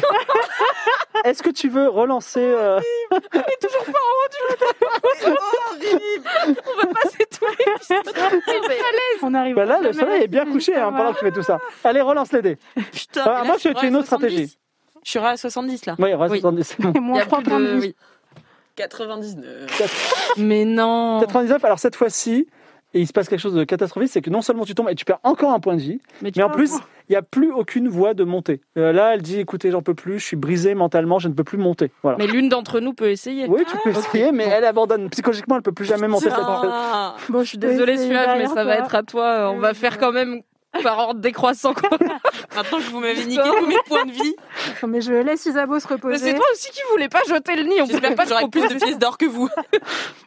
B: Est-ce que tu veux relancer euh,
D: On arrive.
B: bah Là, le
D: jamais à
B: soleil est bien
D: essayer.
B: couché hein, pendant que tu fais tout ça. Allez, relance les dés.
C: Putain,
B: Ah,
C: mais
B: moi,
C: là,
B: je-
C: suis
B: tu as une
C: à
B: autre stratégie.
C: 70. Je suis à 70 là.
B: Oui, relance-
C: Oui.
B: attendez, c'est bon.
D: Et moins
C: Il y a
D: trois
C: plus
D: points de
C: de-
D: vie.
C: oui. 99.
E: Mais non.
B: 99. Alors cette fois-ci, il se passe quelque chose de catastrophique, c'est que non seulement tu tombes et tu perds encore un point de vie, Mais en plus, il n'y a plus aucune voie de monter. Euh, là, elle dit écoutez, j'en peux plus, je suis brisée mentalement, je ne peux plus monter. Voilà.
E: Mais l'une d'entre nous peut essayer.
B: Oui, tu
G: Ah,
B: peux essayer, mais elle abandonne. Psychologiquement, elle ne peut plus jamais monter. Cette...
C: Ah,
D: Bon, je suis
E: Désolée, Suave, mais ça va être à toi. Euh, On va faire quand même par ordre décroissant. quoi.
C: maintenant que vous m'avez niqué tous mes points de vie,
D: Mais je laisse Isabeau se
E: Mais
D: reposer.
E: c'est toi aussi qui voulais pas jeter le nid. On peut
C: j'espère
E: pas
C: pas
E: te
C: que j'aurai plus de
E: proposer.
C: pièces d'or que vous.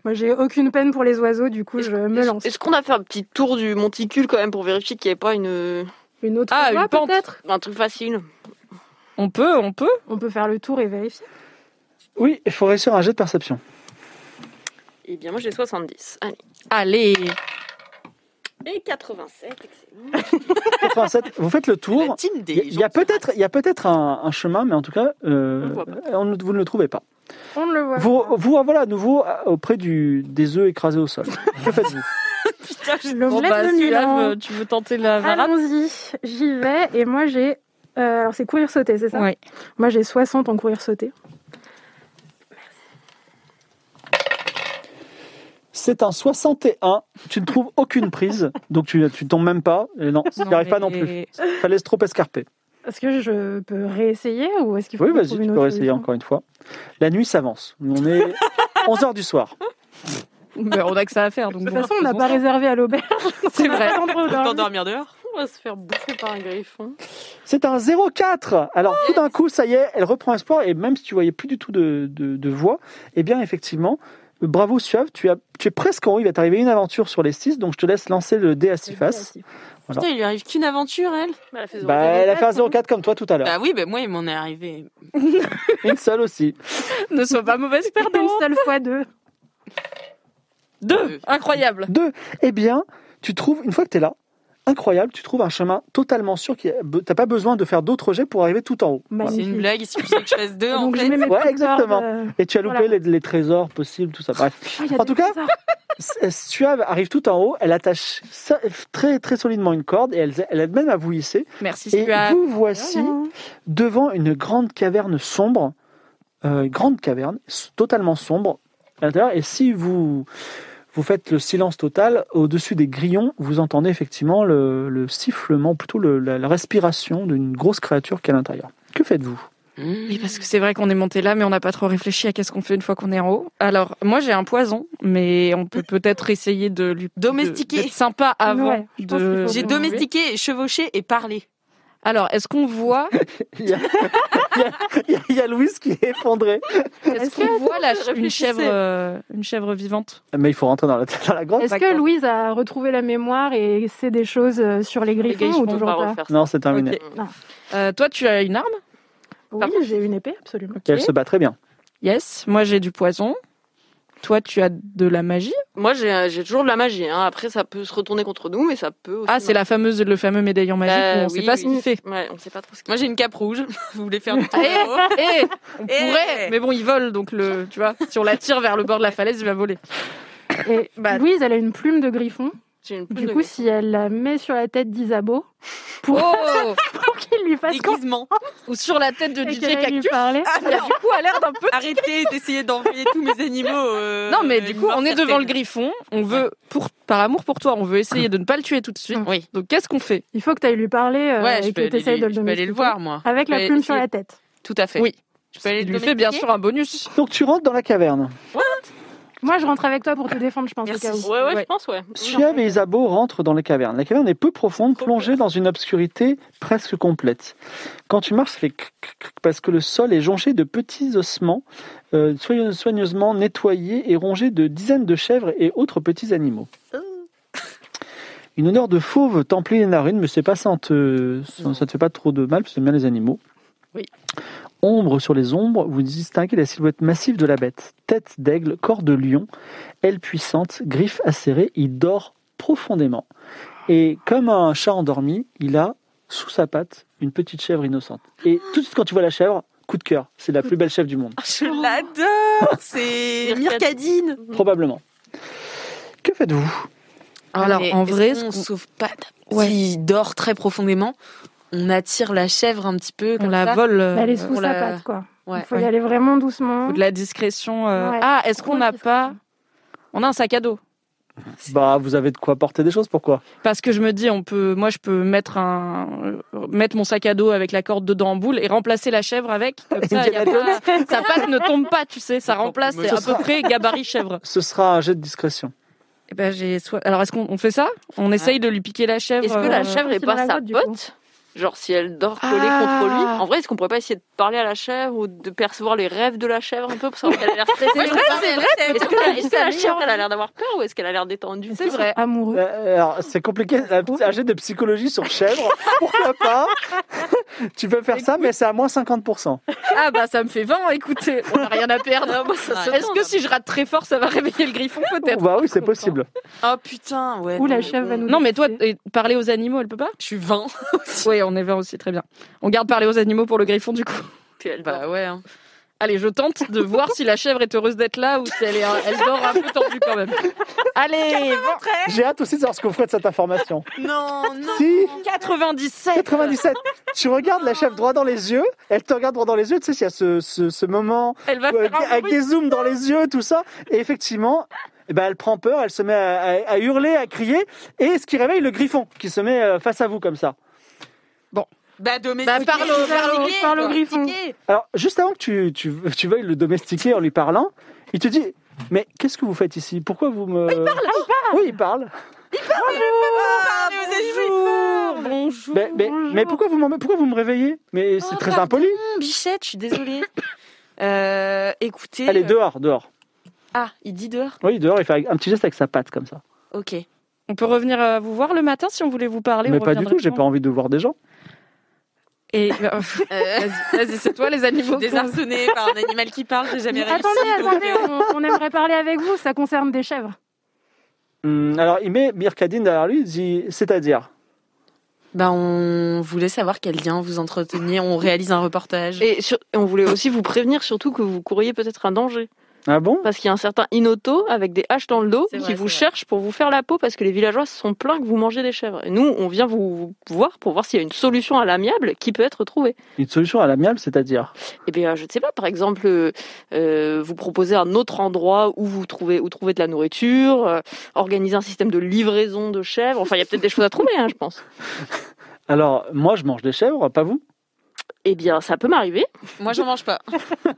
D: Moi, j'ai aucune peine pour les oiseaux, du coup,
G: Est-ce-
D: je me lance.
G: Est-ce qu'on a fait un petit tour du monticule quand même pour vérifier qu'il n'y avait pas une...
D: Une autre
E: Ah,
D: voie,
E: une pente.
D: peut-être
G: un truc facile
E: On peut, on peut.
D: On peut faire le tour et vérifier.
B: Oui, il faut réussir un jet de perception.
G: Eh bien, moi j'ai 70. Allez.
E: Allez.
G: Et 87, excellent.
B: 87, vous faites le
C: La
B: tour.
C: team des
B: Il y a
C: gens qui
B: peut-être il y a peut-être un, un chemin, mais en tout cas, euh,
G: On le voit pas.
B: on ne- vous ne le trouvez pas.
D: On ne le voit
B: Vous,
D: pas.
B: vous voilà à nouveau euh, auprès du, des œufs écrasés au sol. Que faites-vous
E: Bon,
D: L'omelette
E: bah,
D: de
E: Suave,
D: Milan.
E: euh, tu veux tenter
C: Ah,
E: la varade
D: Allons-y, j'y vais. Et moi, j'ai. euh, alors, c'est courir-sauter, c'est ça
E: Ouais.
D: Moi, j'ai 60 en courir-sauter.
B: C'est un 61. Tu ne trouves aucune prise, donc tu tu tombes même pas. Et non, tu n'y arrives pas non plus. Ça laisse trop escarpé.
D: Est-ce que je peux réessayer ou est-ce qu'il faut
B: Oui,
D: qu'on
B: vas-y,
D: trouve
B: tu
D: une
B: peux
D: autre
B: réessayer
D: solution
B: encore une fois. La nuit s'avance. On est 11h du soir.
E: Mais on a que ça à faire. Donc
D: De toute
E: bon,
D: façon, on n'a
E: faisons
D: pas
E: ça.
D: réservé à l'auberge.
E: C'est vrai.
D: On attendra au
C: peuvent
D: dormir.
C: T'endormir dehors
G: On va se faire bouffer par un griffon.
B: C'est un 04 Alors, tout d'un coup, ça y est, elle reprend espoir. Et même si tu voyais plus du tout de, de- de voix, eh bien, effectivement, bravo, Suave. Tu, as, tu es presque en haut. Il va t'arriver une aventure sur les 6. Donc, je te laisse lancer le dé à 6 faces. Voilà.
C: Putain, il lui arrive qu'une aventure, elle.
G: Bah, elle a fait zéro.
B: Bah, elle a fait un 04 comme toi tout à l'heure.
C: Bah oui, bah moi, il m'en est arrivé.
B: Une seule aussi.
E: Ne sois pas mauvaise
D: Une
E: perdante.
D: seule fois deux.
E: Deux. Incroyable.
B: Deux. Eh bien, tu trouves, une fois que tu es là, incroyable, tu trouves un chemin totalement sûr. Tu n'as pas besoin de faire d'autres jets pour arriver tout en haut. Voilà.
C: C'est
D: Magnifique.
C: une blague, il suffisait que je fasse
E: Ah,
C: deux, en
D: Donc, je
C: fait.
D: mets mes
B: Ouais,
D: petites
B: exactement.
D: cordes, euh,
B: Et tu as loupé
D: Voilà.
B: les, les trésors possibles, tout ça. Bref.
D: ah, il y a
B: En
D: des
B: tout cas,
D: trésors.
B: S- Suave arrive tout en haut, elle attache sa- très très solidement une corde et elle, elle aide même à vous hisser.
E: Merci,
B: Et
E: Suave.
B: vous voici devant une grande caverne sombre, euh, grande caverne, s- totalement sombre à l'intérieur. Et si vous vous faites le silence total, au-dessus des grillons, vous entendez effectivement le, le sifflement, plutôt le- la, la respiration d'une grosse créature qui est à l'intérieur. Que faites-vous
E: Oui, parce que c'est vrai qu'on est monté là, mais on n'a pas trop réfléchi à qu'est-ce qu'on fait une fois qu'on est en haut. Alors, moi, j'ai un poison, mais on peut peut-être essayer de lui
C: Domestiquer.
E: de- d'être sympa avant.
D: Ouais, je pense
E: de...
D: qu'il faut
C: J'ai domestiqué, chevauché et parlé.
E: Alors, est-ce qu'on voit,
B: il y, a, il y a- il y a- il y a Louise qui est effondrée.
E: est-ce qu'on voit la- une
G: réfléchissez.
E: chèvre, euh, une chèvre vivante
B: Mais il faut rentrer dans la, dans la grotte.
D: Est-ce que Louise a retrouvé la mémoire et sait des choses euh, sur les
G: Les gars,
D: griffons
G: ils
D: ou
G: vont pas
D: toujours pas
G: refaire ça.
B: Non, c'est terminé.
E: Ok. Euh, Toi, tu as une arme
D: Oui,
E: Par contre,
D: j'ai une épée, absolument.
B: Et Elle se bat très bien.
E: Yes. Moi, j'ai du poison. Toi, tu as de la magie.
G: Moi j'ai j'ai toujours de la magie. Hein. Après, ça peut se retourner contre nous, mais ça peut aussi.
E: Ah, c'est la fameuse, le fameux médaillon magique.
G: Euh,
E: où on ne sait
G: oui,
E: pas
G: oui.
E: ce qu'il fait.
G: Ouais, on sait pas trop ce qu'il
C: Moi, j'ai une cape rouge. Vous voulez faire du tour
E: Eh,
C: là-haut
E: eh,
C: Eh.
E: on pourrait, mais bon, il vole, donc le, tu vois, si on l'attire vers le bord de la falaise, il va voler.
D: Et
E: Bah-
D: Louise, elle a une plume de griffon.
G: J'ai une
D: Du coup, si elle la met sur la tête d'Isabeau, pour,
E: Oh
D: pour qu'il lui fasse
C: Aiguisement.
E: Ou sur la tête de
D: Et
E: DJ
D: qu'elle aille lui
E: Cactus
D: parler.
E: qui, du coup, a l'air d'un peu...
C: Arrêtez d'essayer d'envoyer tous mes animaux. euh,
E: Non, mais
C: euh,
E: du
C: une
E: coup,
C: mort
E: on est devant le
C: certaine.
E: griffon. On veut, pour, par amour pour toi, on veut essayer de ne pas le tuer tout de suite.
C: Oui.
E: Donc, qu'est-ce qu'on fait
D: Il faut que tu ailles lui parler euh,
C: Ouais, je
D: et
C: peux,
D: que tu
C: aller,
D: essayes de le
C: je peux aller le
D: domestiquer.
C: voir, moi.
D: Avec la
C: Mais
D: plume sur
C: si-
D: la tête.
C: Tout à fait.
E: Oui.
C: Je peux aller
E: Il
C: le
E: lui fait bien
C: domestiquer
E: sûr un bonus.
B: Donc tu rentres dans la caverne.
D: Moi, je rentre avec toi pour te défendre, je pense, au cas où.
G: Ouais, ouais,
E: Ouais.
G: je pense, ouais.
B: Suave et Isabeau rentrent dans la caverne. La caverne est peu profonde, plongée dans une obscurité presque complète. Quand tu marches, ça fait cric, cric, cric, parce que le sol est jonché de petits ossements, euh, soigneuse- soigneusement nettoyés et rongés de dizaines de chèvres et autres petits animaux. Une odeur de fauve t'emplit les narines, mais c'est pas ça, en te, ça, ça te fait pas trop de mal, parce que t'aimes bien les animaux.
E: Oui.
B: Ombre sur les ombres, vous distinguez la silhouette massive de la bête. Tête d'aigle, corps de lion, aile puissante, griffes acérées, il dort profondément. Et comme un chat endormi, il a sous sa patte une petite chèvre innocente. Et tout de suite quand tu vois la chèvre, coup de cœur, c'est la plus belle chèvre du monde,
C: Oh, Je l'adore. C'est Myrcadine.
B: probablement. Que faites-vous
E: Alors,
C: Mais
E: en
C: est-ce
E: vrai,
C: qu'on
E: ce qu'on-
C: sauve pas. ta-
E: Ouais.
C: S'il dort très profondément, on attire la chèvre un petit peu.
E: on
C: Comme
E: la
C: ça.
E: vole.
D: Bah,
E: euh,
D: Elle est sous
C: on
D: sa
C: la-
D: patte, quoi.
C: Ouais,
D: Il faut
E: ouais.
D: y aller vraiment doucement.
E: Ou de la discrétion. euh,
D: Ouais.
E: Ah, est-ce qu'on n'a
D: Trop
E: pas.
D: discret.
E: On a un sac à dos
B: Bah, vous avez de quoi porter des choses, pourquoi
E: parce que je me dis, on peut, moi, je peux mettre un, euh, mettre mon sac à dos avec la corde dedans en boule et remplacer la chèvre avec. Comme ça, y a pas- sa patte ne tombe pas, tu sais, ça remplace
B: Ce
E: c'est à
B: sera-
E: peu près gabarit chèvre.
B: Ce sera un jet de discrétion.
E: Eh ben, j'ai soit- Alors, est-ce qu'on on fait ça On essaye de lui piquer la chèvre
G: Est-ce que la
E: euh,
G: chèvre est
D: c'est dans
G: pas
D: la
G: sa
D: grotte, du coup.
G: pote Genre si elle dort collée
E: Ah.
G: contre lui, en vrai, est-ce qu'on pourrait pas essayer de parler à la chèvre ou de percevoir les rêves de la chèvre un peu pour savoir qu'elle a l'air stressée
E: C'est
G: ou
E: vrai,
G: pas
E: c'est vrai.
G: Est-ce que, la- est-ce que la chèvre elle a l'air d'avoir peur ou est-ce qu'elle a l'air détendue
D: Est-ce qu'ils sont Amoureux.
B: Euh, Alors, c'est compliqué, un petit- un jet de psychologie sur chèvre, pourquoi pas Tu peux faire ça, mais c'est à moins 50%.
E: Ah bah ça me fait 20, écoutez, on n'a rien à perdre.
G: ça se
E: Est-ce que
G: tente.
E: si je rate très fort, ça va réveiller le griffon peut-être
B: Bah oui, c'est possible.
C: Oh putain, ouais.
D: Ou la
C: non,
D: chèvre
C: on-
D: va nous
E: Non mais toi,
D: détester.
E: et parler aux animaux, elle peut pas
C: Je suis 20.
E: Oui, on est 20 aussi, très bien. On garde parler aux animaux pour le griffon du coup.
G: Puis elle dort.
C: Bah ouais. hein.
E: Allez, je tente de voir si la chèvre est heureuse d'être là ou si elle, est, elle dort un peu tendue quand même. Allez,
B: J'ai hâte aussi de savoir ce qu'on ferait de cette information.
C: Non, non.
B: Si
E: 97
B: 97. tu regardes la chef droit dans les yeux, elle te regarde droit dans les yeux, tu sais, s'il y a ce, ce, ce moment
E: Elle va
B: où, euh,
E: faire un
B: avec
E: bruit.
B: des zooms dans les yeux, tout ça, et effectivement, eh ben, elle prend peur, elle se met à, à- à hurler, à crier, et ce qui réveille le griffon, qui se met euh, face à vous comme ça.
C: Bah domestiquer.
E: Bah, parle au- parle au-
C: domestiquer,
D: parle au
C: quoi.
D: griffon.
C: Domestiquer.
B: Alors, juste avant que tu, tu, tu veuilles le domestiquer en lui parlant, il te dit Mais qu'est-ce que vous faites ici Pourquoi vous me. il parle, Oui, il parle.
C: Ah, vous êtes joueurs.
E: Bonjour.
B: Mais, mais, mais pourquoi, vous m'en- pourquoi vous me réveillez Mais c'est
C: Oh,
B: très
C: pardon.
B: impoli.
C: Hum, Bichette, je suis désolée. Euh, écoutez.
B: Allez, dehors, dehors.
C: Ah, il dit dehors.
B: Oui, dehors, il fait un petit geste avec sa patte comme ça.
C: Ok.
E: On peut revenir euh, vous voir le matin si on voulait vous parler.
B: Mais
E: on
B: pas du
E: reviendra
B: tout, j'ai
E: quand
B: pas envie de voir des gens.
E: Et euh, vas-y, vas-y, c'est toi les animaux.
C: Désarçonné par un animal qui parle, j'ai jamais
D: Mais
C: réussi.
D: attendez,
C: donc,
D: attendez,
C: euh,
D: on, on aimerait parler avec vous, ça concerne des chèvres.
B: Hum, alors il met Mirkadine derrière lui, il dit c'est-à-dire.
C: Bah, on voulait savoir quel lien vous entreteniez. On réalise un reportage.
G: Et, sur- et on voulait aussi vous prévenir surtout que vous courriez peut-être un danger.
B: Ah bon
G: Parce qu'il y a un certain Inoto avec des haches dans le dos
C: C'est
G: qui
C: vrai,
G: vous
C: c'est vrai.
G: cherche pour vous faire la peau parce que les villageois se sont plaints que vous mangez des chèvres. Et nous, on vient vous voir pour voir s'il y a une solution à l'amiable qui peut être trouvée.
B: Une solution à l'amiable, c'est-à-dire.
G: Eh bien, je ne sais pas, par exemple, euh, euh, vous proposer un autre endroit où vous trouvez, où trouver de la nourriture, euh, organiser un système de livraison de chèvres. Enfin, il y a peut-être des choses à trouver, hein, je pense.
B: Alors moi je mange des chèvres, pas vous
G: Eh bien, ça peut m'arriver,
C: Moi, j'en mange pas.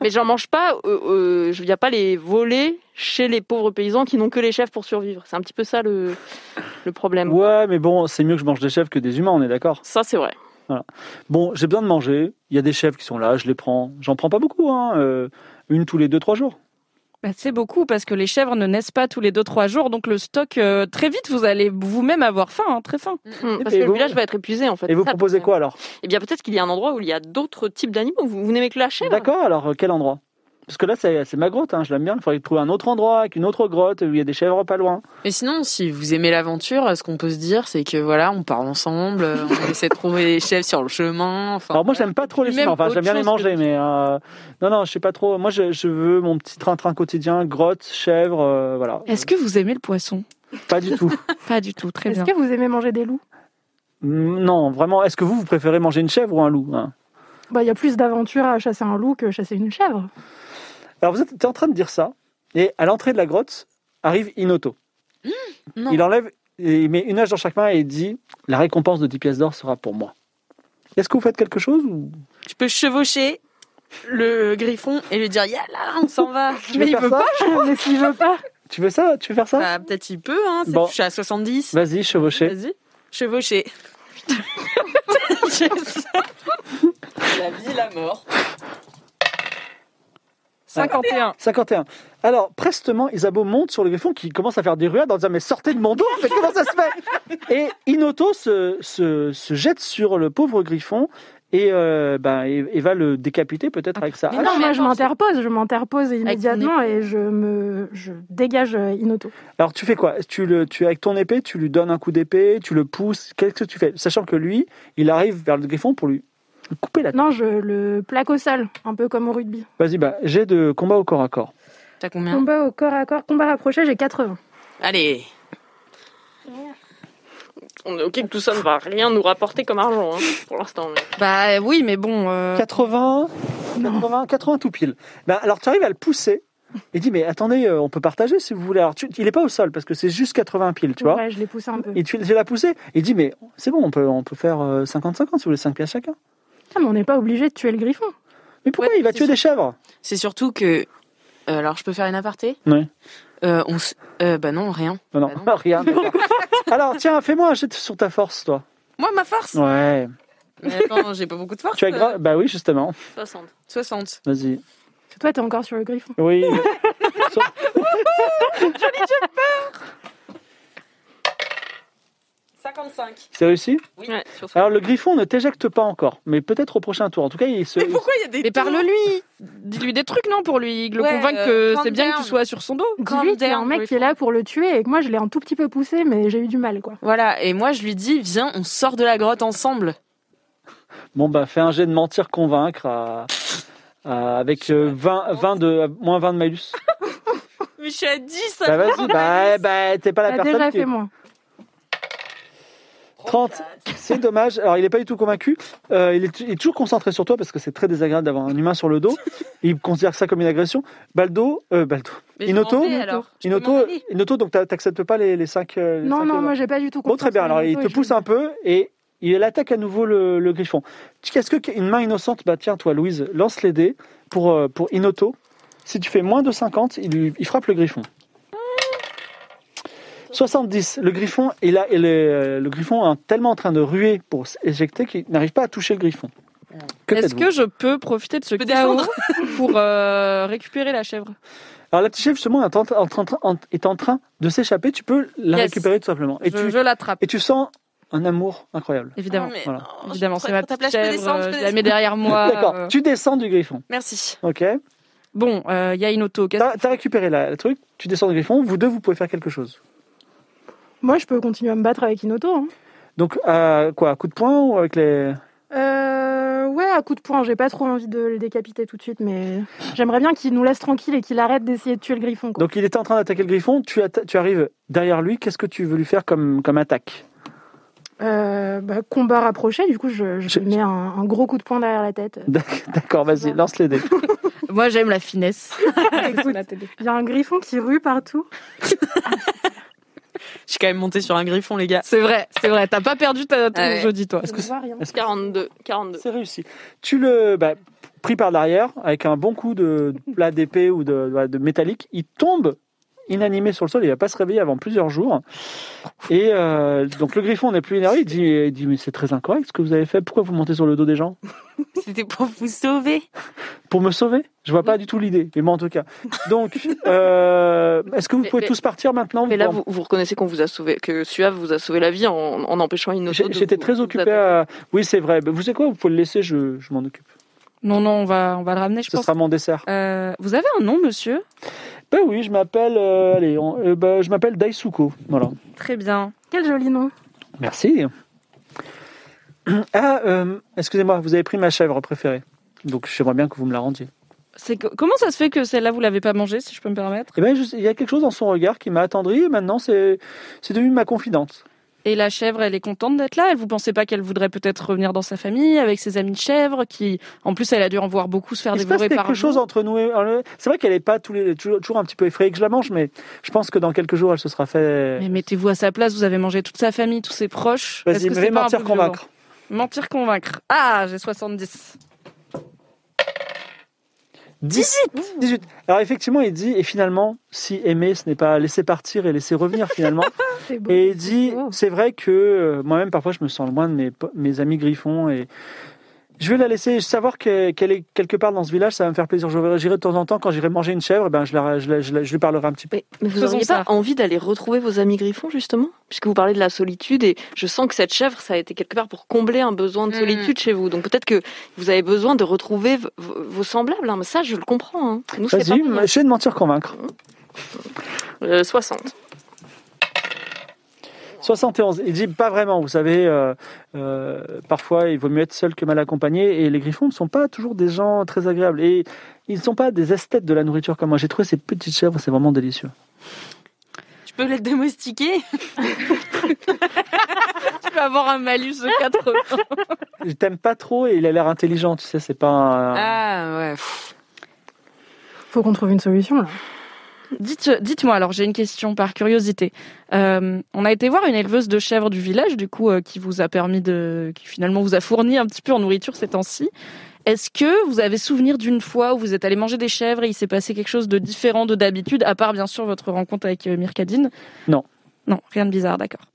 G: mais j'en mange pas. euh, euh, je ne viens pas les voler chez les pauvres paysans qui n'ont que les chèvres pour survivre. C'est un petit peu ça le, le problème.
B: Ouais, mais bon, c'est mieux que je mange des chèvres que des humains, on est d'accord.
G: Ça, c'est vrai.
B: Bon, j'ai besoin de manger, il y a des chèvres qui sont là, je les prends. J'en prends pas beaucoup, hein, euh, une tous les deux, trois jours.
E: Bah, c'est beaucoup parce que les chèvres ne naissent pas tous les deux trois jours, donc le stock euh, très vite vous allez vous-même avoir faim, hein, très
D: Mm.
E: faim.
G: Hmm,
B: Et
G: Parce que
B: vous-
G: le village va être épuisé, en fait.
B: Et vous
G: Ça, le
B: proposez
G: problème.
B: quoi alors
G: Eh bien, peut-être qu'il y a un endroit où il y a d'autres types d'animaux. Vous, vous n'aimez que la chèvre
B: D'accord, alors euh, quel endroit Parce que là c'est c'est ma grotte, hein, je l'aime bien, il faudrait trouver un autre endroit, avec une autre grotte, où il y a des chèvres pas loin.
C: Mais sinon, si vous aimez l'aventure, ce qu'on peut se dire, c'est que voilà, on part ensemble, euh, on essaie de trouver les chefs sur le chemin. Enfin,
B: Alors moi j'aime pas trop les
E: puis même
B: chèvres, enfin
E: autre
B: j'aime bien les
E: chose que
B: manger, mais euh, non non je sais pas trop. Moi je, je veux mon petit train-train quotidien, grotte, chèvre, euh, voilà.
E: Est-ce que vous aimez le poisson
B: Pas du tout.
E: Pas du tout, très
D: Est-ce
E: Eh bien.
D: que vous aimez manger des loups
B: Mm, Non, vraiment. Est-ce que vous, vous préférez manger une chèvre ou un loup hein
D: Bah, Il y a plus d'aventures à chasser un loup que chasser une chèvre.
B: Alors, vous êtes t'es en train de dire ça, et à l'entrée de la grotte arrive Inoto.
E: Mmh, non.
B: Il enlève, il met une hache dans chaque main et il dit La récompense de 10 pièces d'or sera pour moi. Est-ce que vous faites quelque chose ou...
C: Je peux chevaucher le griffon et lui dire Yalla, on s'en va.
B: Tu veux faire ça
D: Mais s'il veut pas,
B: Tu veux ça Tu veux faire ça
C: Bah, peut-être il peut, hein. c'est-
B: Bon.
C: Je suis à 70.
B: Vas-y, chevaucher.
C: Vas-y. Chevaucher. la vie, la mort.
E: 51.
B: 51. Alors, prestement, Isabeau monte sur le griffon qui commence à faire des ruades en disant Mais sortez de mon dos Mais comment ça se fait Et Inoto se, se, se jette sur le pauvre griffon et, euh, ben, et, et va le décapiter peut-être avec ça.
E: mais
D: Alors
E: non,
D: moi je
E: attends,
D: m'interpose, je m'interpose immédiatement
E: épée.
D: et je me je dégage euh, Inoto.
B: Alors tu fais quoi Tu le, tu avec ton épée, tu lui donnes un coup d'épée, tu le pousses. Qu'est-ce que tu fais Sachant que lui, il arrive vers le griffon pour lui couper la tête.
D: Non, je le plaque au sol, un peu comme au rugby.
B: Vas-y, bah, j'ai de combat au corps à corps.
C: T'as
E: Hein.
C: combien
D: Combat au corps à corps, combat rapproché, j'ai 80.
C: Allez.
G: On est ok que tout ça ne va rien nous rapporter comme argent hein, pour l'instant. mais-
E: Bah oui, mais bon. euh,
B: 80, 80, 80 tout pile. Bah, alors tu arrives à le pousser. Il dit mais attendez, euh, on peut partager si vous voulez. Alors tu- il est pas au sol parce que c'est juste 80 pile, tu vois.
D: ouais, je l'ai poussé un peu.
B: Et tu, tu l'as poussé. Il dit mais c'est bon, on peut, on peut faire euh, 50-50 si vous voulez 5 pièces chacun.
D: Putain, Ah, mais on n'est pas obligé de tuer le griffon.
B: Mais pourquoi
C: Ouais,
B: il va
C: c'est
B: tuer
C: ça.
B: des chèvres
C: C'est surtout que. euh, alors, je peux faire une aparté
B: Ouais.
C: Euh, on s- euh, bah non, rien.
B: Non, non,
C: Bah non.
B: rien. d'accord. alors tiens, fais-moi un jet sur ta force, toi.
C: Moi, ma farce
B: Ouais.
C: Mais attends, j'ai pas beaucoup de euh, force.
B: Tu as gra- Bah oui, justement.
G: 60.
C: 60.
B: Vas-y.
D: Toi, t'es encore sur le griffon.
B: Oui. So- C'est réussi
G: Oui.
B: Alors le griffon ne t'éjecte pas encore, mais peut-être au prochain tour. En tout cas, il se...
C: Mais pourquoi il y a des.
E: Mais parle-lui Dis-lui des trucs, non, pour lui le
C: Ouais,
E: convaincre
C: euh,
E: que c'est bien que
C: calm down.
E: tu sois sur son dos.
D: Dis-lui qu'il y a un
C: down,
D: mec qui est là pour le tuer et que moi je l'ai un tout petit peu poussé, mais j'ai eu du mal quoi.
C: Voilà, et moi, je lui dis Viens, on sort de la grotte ensemble.
B: Bon, bah fais un jet de mentir convaincre à- à- avec euh, 20, 20 de, euh, moins 20 de malus.
C: Mais je suis à 10
B: Bah vas-y, bah, bah, t'es pas la
D: T'as
B: personne
D: déjà
B: qui...
D: fait moins.
B: 30, c'est dommage. Alors il est pas du tout convaincu. Euh, il, est, il est toujours concentré sur toi parce que c'est très désagréable d'avoir un humain sur le dos. Il considère ça comme une agression. Baldo, euh, Baldo.
C: Mais je
B: Inoto,
C: m'en vais, alors. Je peux m'en
B: Inoto,
C: aller.
B: Inoto, donc t'a- t'acceptes pas les, euh, les 5
D: Non, non, moi j'ai pas du tout
B: Bon,
D: compris.
B: très bien. Alors, il te pousse hein. un peu et il attaque à nouveau le, le griffon. Tu- Qu'est-ce que une main innocente Bah, tiens, toi, Louise, lance les dés pour, euh, pour Inoto. Si tu fais moins de 50, il, lui- il frappe le griffon. 70. Le griffon, il a, il est, euh, le griffon est tellement en train de ruer pour s'éjecter qu'il n'arrive pas à toucher le griffon. Que
E: Est-ce
B: faites-vous
E: que je peux profiter de ce
C: peux
E: chaos pour euh, récupérer la chèvre
B: Alors, la petite chèvre, justement, est en, train- en train- en- est en train de s'échapper. Tu peux la
E: Yes.
B: récupérer tout simplement. Et,
E: Je,
B: tu,
E: je l'attrape,
B: et tu sens un amour incroyable.
E: évidemment.
C: Non, Ah, mais
B: Voilà.
C: non, je
E: Évidemment,
C: suis
E: c'est ma
C: trop- trop
E: petite
C: tape, je peux
E: chèvre,
C: descendre, je peux
E: je la
C: descendre.
E: mets derrière moi.
B: D'accord.
E: euh.
B: Tu descends du griffon.
C: Merci.
B: Ok.
E: Bon, euh, il y a une auto. qu'est-ce-
B: T'as t'as récupéré la, le truc, tu descends le griffon, vous deux, vous pouvez faire quelque chose.
D: Moi je peux continuer à me battre avec Inoto. hein.
B: Donc, euh, quoi, à coup de poing ou avec les.
D: Euh, ouais, à coup de poing, j'ai pas trop envie de le décapiter tout de suite, mais j'aimerais bien qu'il nous laisse tranquille et qu'il arrête d'essayer de tuer le griffon. Quoi.
B: Donc, il était en train d'attaquer le griffon, tu, atta- tu arrives derrière lui, qu'est-ce que tu veux lui faire comme, comme attaque
D: Euh, bah, combat rapproché, du coup, je, je
B: Je-
D: lui mets un, un gros coup de poing derrière la tête.
B: D'accord, vas-y, lance les dés.
E: Moi, j'aime la finesse.
D: Écoute, Il y a un griffon qui rue partout.
C: Je suis quand même monté sur un griffon, les gars.
E: C'est vrai, c'est vrai. T'as pas perdu ta, ton
C: Ah ouais.
E: jeu, dis-toi.
B: Est-ce que
D: Je vois rien.
B: est-ce que-
G: 42. 42.
B: c'est réussi Tu le. bah, pris par l'arrière, avec un bon coup de de plat d'épée ou de, voilà, de métallique, il tombe inanimé sur le sol, il va pas se réveiller avant plusieurs jours. Et euh, donc le griffon n'est plus énervé, il dit, il dit mais c'est très incorrect ce que vous avez fait, pourquoi vous montez sur le dos des gens
C: C'était pour vous sauver.
B: Pour me sauver Je vois pas du tout l'idée, mais moi en tout cas. Donc, euh, est-ce que vous
G: Mais-
B: pouvez
G: mais-
B: tous partir maintenant
G: Mais là,
B: Bon,
G: vous, vous reconnaissez qu'on vous a sauvé, que Suave vous a sauvé la vie en, en empêchant une auto.
B: j'ai- J'étais très occupé à... Oui, c'est vrai. Mais Vous savez quoi Vous pouvez le laisser, je, je m'en occupe.
E: Non, non, on va, on va le ramener, je
B: Ce
E: pense.
B: sera mon dessert.
E: Euh, vous avez un nom, monsieur
B: Ben oui, je m'appelle... euh, allez, on- euh, ben, je m'appelle Daisuko. Voilà.
E: Très bien.
D: Quel joli nom.
B: Merci. Ah, euh, excusez-moi, vous avez pris ma chèvre préférée. Donc j'aimerais bien que vous me la rendiez.
E: C'est que- Comment ça se fait que celle-là, vous l'avez pas mangée, si je peux me permettre
B: Eh ben, je sais- il y a quelque chose dans son regard qui m'a attendri et maintenant c'est c'est devenu ma confidente.
E: Et la chèvre, elle est contente d'être là. Elle vous pensez pas qu'elle voudrait peut-être revenir dans sa famille avec ses amis de chèvre, qui, en plus, elle a dû en voir beaucoup se faire
B: Il se passe
E: dévorer par
B: quelque
E: un
B: chose
E: loup.
B: entre nous. et- euh, C'est vrai qu'elle est pas tous les, toujours, toujours un petit peu effrayée que je la mange, mais je pense que dans quelques jours elle se sera fait.
E: Mais mettez-vous à sa place. Vous avez mangé toute sa famille, tous ses proches. Est-ce
B: Vas-y,
E: que
B: mais
E: c'est pas un
B: mentir
E: peu
B: convaincre.
E: violent Mentir convaincre. Ah, j'ai 70.
B: 18 18 Alors effectivement, il dit, et finalement, si aimer, ce n'est pas laisser partir et laisser revenir finalement.
D: Bah, C'est beau. Oh,
B: et il dit,
D: beau.
B: c'est vrai que euh, moi-même, parfois, je me sens loin de mes, po- mes amis griffons et je vais la laisser savoir que- qu'elle est quelque part dans ce village, ça va me faire plaisir. Je verrai- J'irai de temps en temps, quand j'irai manger une chèvre, eh ben, je, la- je la- je la- je lui parlerai un petit peu.
G: Mais, mais vous
E: Faisons
G: n'auriez
E: ça.
G: pas envie d'aller retrouver vos amis griffons, justement Puisque vous parlez de la solitude, et je sens que cette chèvre, ça a été quelque part pour combler un besoin de
C: Mhm.
G: solitude chez vous. Donc peut-être que vous avez besoin de retrouver v- v- vos semblables. hein. Mais ça, je le comprends. hein. Nous, c'est pas
B: Vas-y,
G: pareil,
B: essaie de mentir, convaincre.
G: hein. Euh, 60.
B: 71. Il dit pas vraiment. Vous savez, euh, euh, parfois il vaut mieux être seul que mal accompagné. Et les griffons ne sont pas toujours des gens très agréables. Et ils ne sont pas des esthètes de la nourriture comme moi. J'ai trouvé ces petites chèvres, c'est vraiment délicieux.
C: Je peux la domestiquer
E: Tu vas avoir un malus de 80.
B: Je t'aime pas trop et il a l'air intelligent. Tu sais, c'est pas. un-
C: Ah ouais. pff.
D: Faut qu'on trouve une solution là.
E: Dites, dites-moi alors, j'ai une question par curiosité. Euh, on a été voir une éleveuse de chèvres du village, du coup, euh, qui vous a permis de, qui finalement vous a fourni un petit peu en nourriture ces temps-ci. Est-ce que vous avez souvenir d'une fois où vous êtes allé manger des chèvres et il s'est passé quelque chose de différent de d'habitude, à part bien sûr votre rencontre avec euh, Myrkadine
B: Non.
E: Non, rien de bizarre, d'accord.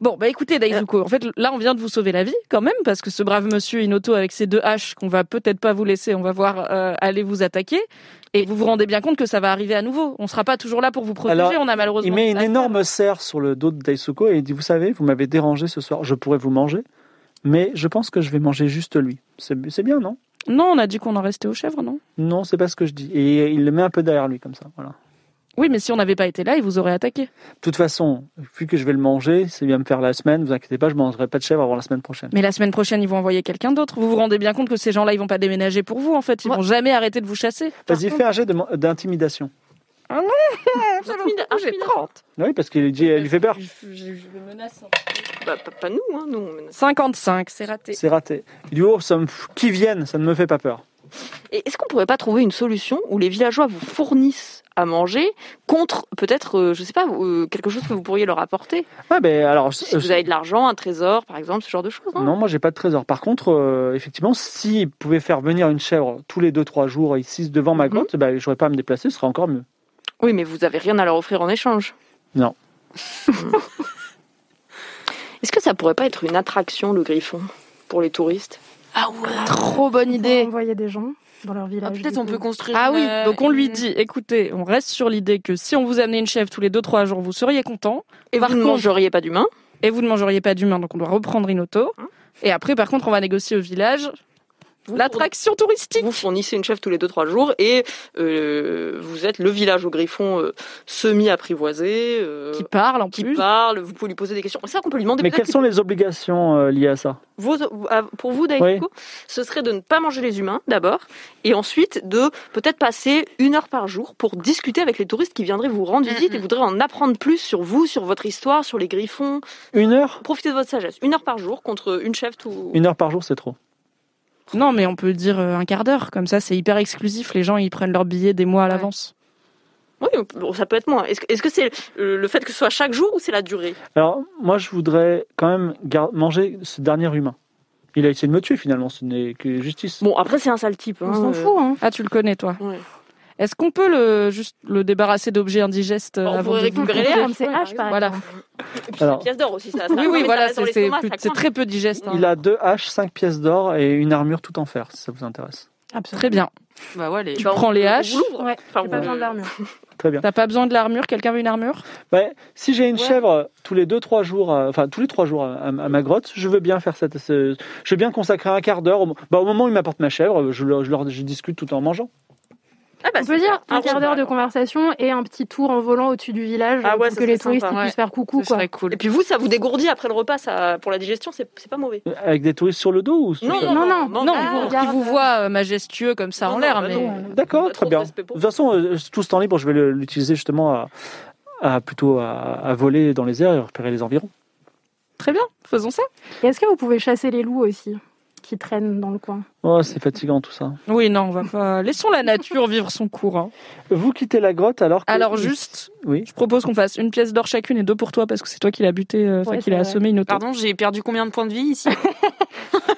E: Bon, bah écoutez,
B: Euh.
E: Daizuko, en fait, là, on vient de vous sauver la vie quand même, parce que ce brave monsieur Inoto avec ses deux haches qu'on va peut-être pas vous laisser, on va voir euh, aller vous attaquer. Et vous vous rendez bien compte que ça va arriver à nouveau. On sera pas toujours là pour vous protéger,
B: Alors,
E: on a malheureusement.
B: Il met une
E: des affaires.
B: énorme serre sur le dos de Daisuko et il dit Vous savez, vous m'avez dérangé ce soir. Je pourrais vous manger, mais je pense que je vais manger juste lui. C'est c'est bien, non
E: Non, on a dit qu'on en restait aux chèvres, non
B: Non, c'est pas ce que je dis. Et il le met un peu derrière lui comme ça. Voilà.
E: Oui, mais si on n'avait pas été là, il vous aurait attaqué.
B: De toute façon, vu que je vais le manger, c'est bien me faire la semaine, vous inquiétez pas, je mangerai pas de chèvre avant la semaine prochaine.
E: Mais la semaine prochaine, ils vont envoyer quelqu'un d'autre. Vous vous rendez bien compte que ces gens-là, ils vont pas déménager pour vous, en fait. Ils
G: Moi-
E: vont jamais arrêter de vous chasser.
B: Vas-y, fais un jet de mo- d'intimidation. Ah
G: Intimida-
E: J'ai
G: intimida-
E: 30.
B: Oui, parce qu'il dit, elle lui fait peur.
G: Bah, pas, pas nous, hein, nous. on menace.
E: 55, c'est raté.
B: C'est raté. Il dit, oh, ça me... pff, qui viennent, ça ne me fait pas peur.
G: Et est-ce qu'on pourrait pas trouver une solution où les villageois vous fournissent à manger contre peut-être, euh, je sais pas, euh, quelque chose que vous pourriez leur apporter
B: Ah ben alors,
G: Si
B: euh,
G: vous avez de l'argent, un trésor, par exemple, ce genre de choses. hein.
B: non, moi j'ai pas de trésor. Par contre, euh, effectivement, s'ils pouvaient faire venir une chèvre tous les 2-3 jours ici devant ma
G: Mhm.
B: grotte, ben, j'aurais pas à me déplacer, ce serait encore mieux.
G: Oui, mais vous avez rien à leur offrir en échange.
B: Non.
G: Est-ce que ça pourrait pas être une attraction, le griffon, pour les touristes
E: Trop bonne
D: On
E: idée.
D: envoyer des gens dans leur
C: Ah,
D: village.
C: Peut-être
D: du
C: on
D: coup.
C: peut construire.
E: Ah oui,
C: une-
E: donc on lui
C: une-
E: dit, écoutez, on reste sur l'idée que si on vous amenait une chèvre tous les 2-3 jours, vous seriez content,
G: Et
E: Par
G: vous ne
E: contre-
G: mangeriez pas d'humain
E: et vous ne mangeriez pas d'humain, donc on doit reprendre une auto. Et après, par contre, on va négocier au village l'attraction touristique.
G: Vous fournissez une chèvre tous les 2-3 jours et euh, vous êtes le village au griffon euh, semi-apprivoisé, euh,
E: Qui parle en
G: qui
E: plus.
G: parle, vous pouvez lui poser des questions. C'est ça qu'on peut lui demander.
B: Mais
G: peut-être
B: quelles sont les obligations euh, liées à ça
G: vos- à- pour vous, Daïko,
B: Oui.
G: ce serait de ne pas manger les humains d'abord, et ensuite de peut-être passer une heure par jour pour discuter avec les touristes qui viendraient vous rendre
B: Mm,
C: Mhm.
G: visite et voudraient en apprendre plus sur vous, sur votre histoire, sur les griffons.
B: Une heure
G: Profitez de votre sagesse. Une heure par jour contre une chèvre tout.
B: Une heure par jour, c'est trop.
E: Non, mais on peut dire euh, un quart d'heure, comme ça c'est hyper exclusif, les gens ils prennent leur billet des mois à
C: Ouais.
E: l'avance.
G: Oui, bon, ça peut être moins. Est-ce que est-ce que c'est euh, le fait que ce soit chaque jour ou c'est la durée
B: Alors, moi, je voudrais quand même gar- manger ce dernier humain. Il a essayé de me tuer finalement, ce n'est que justice.
G: Bon, après, c'est un sale type.
D: On
G: hein,
D: s'en
G: euh,
D: fout, hein.
E: Ah, tu le connais toi.
G: ouais.
E: Est-ce qu'on peut le, juste le débarrasser d'objets indigestes euh,
G: On
E: avant
G: pourrait
E: de vous-
G: récupérer les
D: Comme
G: haches.
D: ces haches, par
E: Voilà.
D: exemple.
G: Et puis,
B: Alors-
G: la pièce d'or aussi, ça. ça-
E: Oui,
G: non, mais
E: oui,
G: ça
E: voilà,
G: reste dans
E: c'est
G: les
E: c'est
G: estomacs,
E: plus-
G: ça
E: c'est
G: coince.
E: très peu digeste. hein.
B: Il a deux haches, cinq pièces d'or et une armure tout en fer, si ça vous intéresse.
D: Absolument.
E: Très bien.
C: Bah ouais, les-
E: Tu
G: Bah, on-
E: prends les
G: on
E: haches.
G: l'ouvre.
D: Ouais,
G: Enfin,
D: j'ai pas
G: on-
D: besoin de l'armure.
B: Très bien.
E: T'as pas besoin de l'armure Quelqu'un veut une armure
B: Bah, si j'ai une
G: Ouais.
B: chèvre euh, tous les deux, trois jours, euh, enfin tous les trois jours à, à- à ma grotte, je veux bien faire cette. ce- je veux bien consacrer un quart d'heure. Au, mo- bah, au moment où ils m'apportent ma chèvre, je, leur, je leur- je discute tout en mangeant.
D: on peut dire un quart d'heure de conversation et un petit tour en volant au-dessus du village
G: Ah ouais,
D: pour que
G: ça
D: les
G: serait
D: touristes
G: sympa,
D: puissent
G: ouais.
D: faire coucou.
G: Ce
D: quoi.
G: serait cool. Et puis vous, ça vous dégourdit après le repas, ça, pour la digestion, c'est c'est pas mauvais.
B: Avec des touristes sur le dos ou
G: Non,
D: Non,
G: non,
D: non,
G: non,
E: Non,
G: non,
E: ils vous-
G: non.
E: qui vous voient euh, majestueux comme ça en
G: bah
E: l'air, mais
B: D'accord, très bien. De toute façon, euh, tout ce temps libre, je vais le- l'utiliser justement à, à plutôt à, à voler dans les airs et repérer les environs.
E: très bien, faisons ça.
D: Et est-ce que vous pouvez chasser les loups aussi qui traînent dans le coin
B: Oh, c'est fatigant tout ça.
E: Oui, non, on va pas. Laissons la nature vivre son cours. hein.
B: Vous quittez la grotte alors que...
E: Alors juste,
B: Oui.
E: je propose qu'on fasse une pièce d'or chacune et deux pour toi parce que c'est toi qui l'as buté, euh, enfin
D: Ouais,
E: qui l'as
D: c'est vrai.
E: assommé une autre.
C: Pardon, j'ai perdu combien de points de vie ici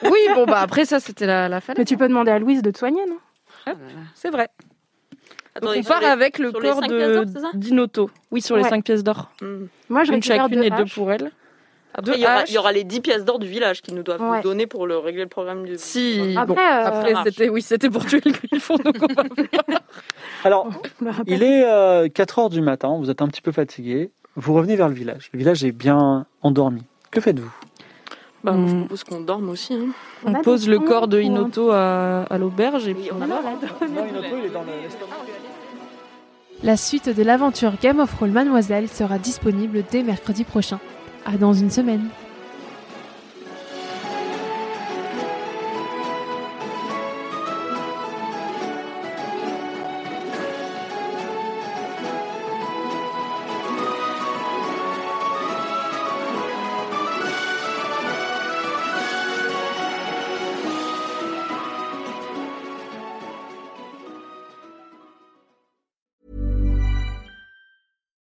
E: Oui, bon bah après ça c'était la, la falaise.
D: Mais tu peux demander à Louise de te soigner, non
E: C'est vrai.
G: Attendez,
E: on part
G: sur les-
E: avec le
G: sur les
E: corps
G: cinq pièces d'or,
E: de
G: c'est ça
E: d'Inoto. Oui, sur les
D: Ouais.
E: 5 pièces d'or.
G: Hmm.
D: Moi, je
E: Une
D: récupère
E: chacune
D: deux
E: et deux
D: haches.
E: pour elle.
G: Après, il y, aura,
E: haches.
G: il y aura les 10 pièces d'or du village qui nous doivent nous
D: Ouais.
G: donner pour le régler le programme du.
E: Si.
D: Après,
E: bon,
D: euh,
E: après
G: ça marche.
E: c'était oui, c'était pour tuer le griffon donc on va
B: Alors,
D: Oh, Je me rappelle.
B: il est 4 heures du matin, vous êtes un petit peu fatigué. Vous revenez vers le village. Le village est bien endormi. Que faites-vous
G: Bah, moi, je
E: Hmm.
G: propose qu'on dorme aussi. hein.
D: On a
E: On
D: des
E: pose le
D: ponts
E: corps de
D: pour euh, un-
E: Inoto à, à l'auberge et puis on
D: Alors,
B: Non, il est dans
A: La suite de l'aventure Game of Roll Mademoiselle sera disponible dès mercredi prochain. À dans une semaine.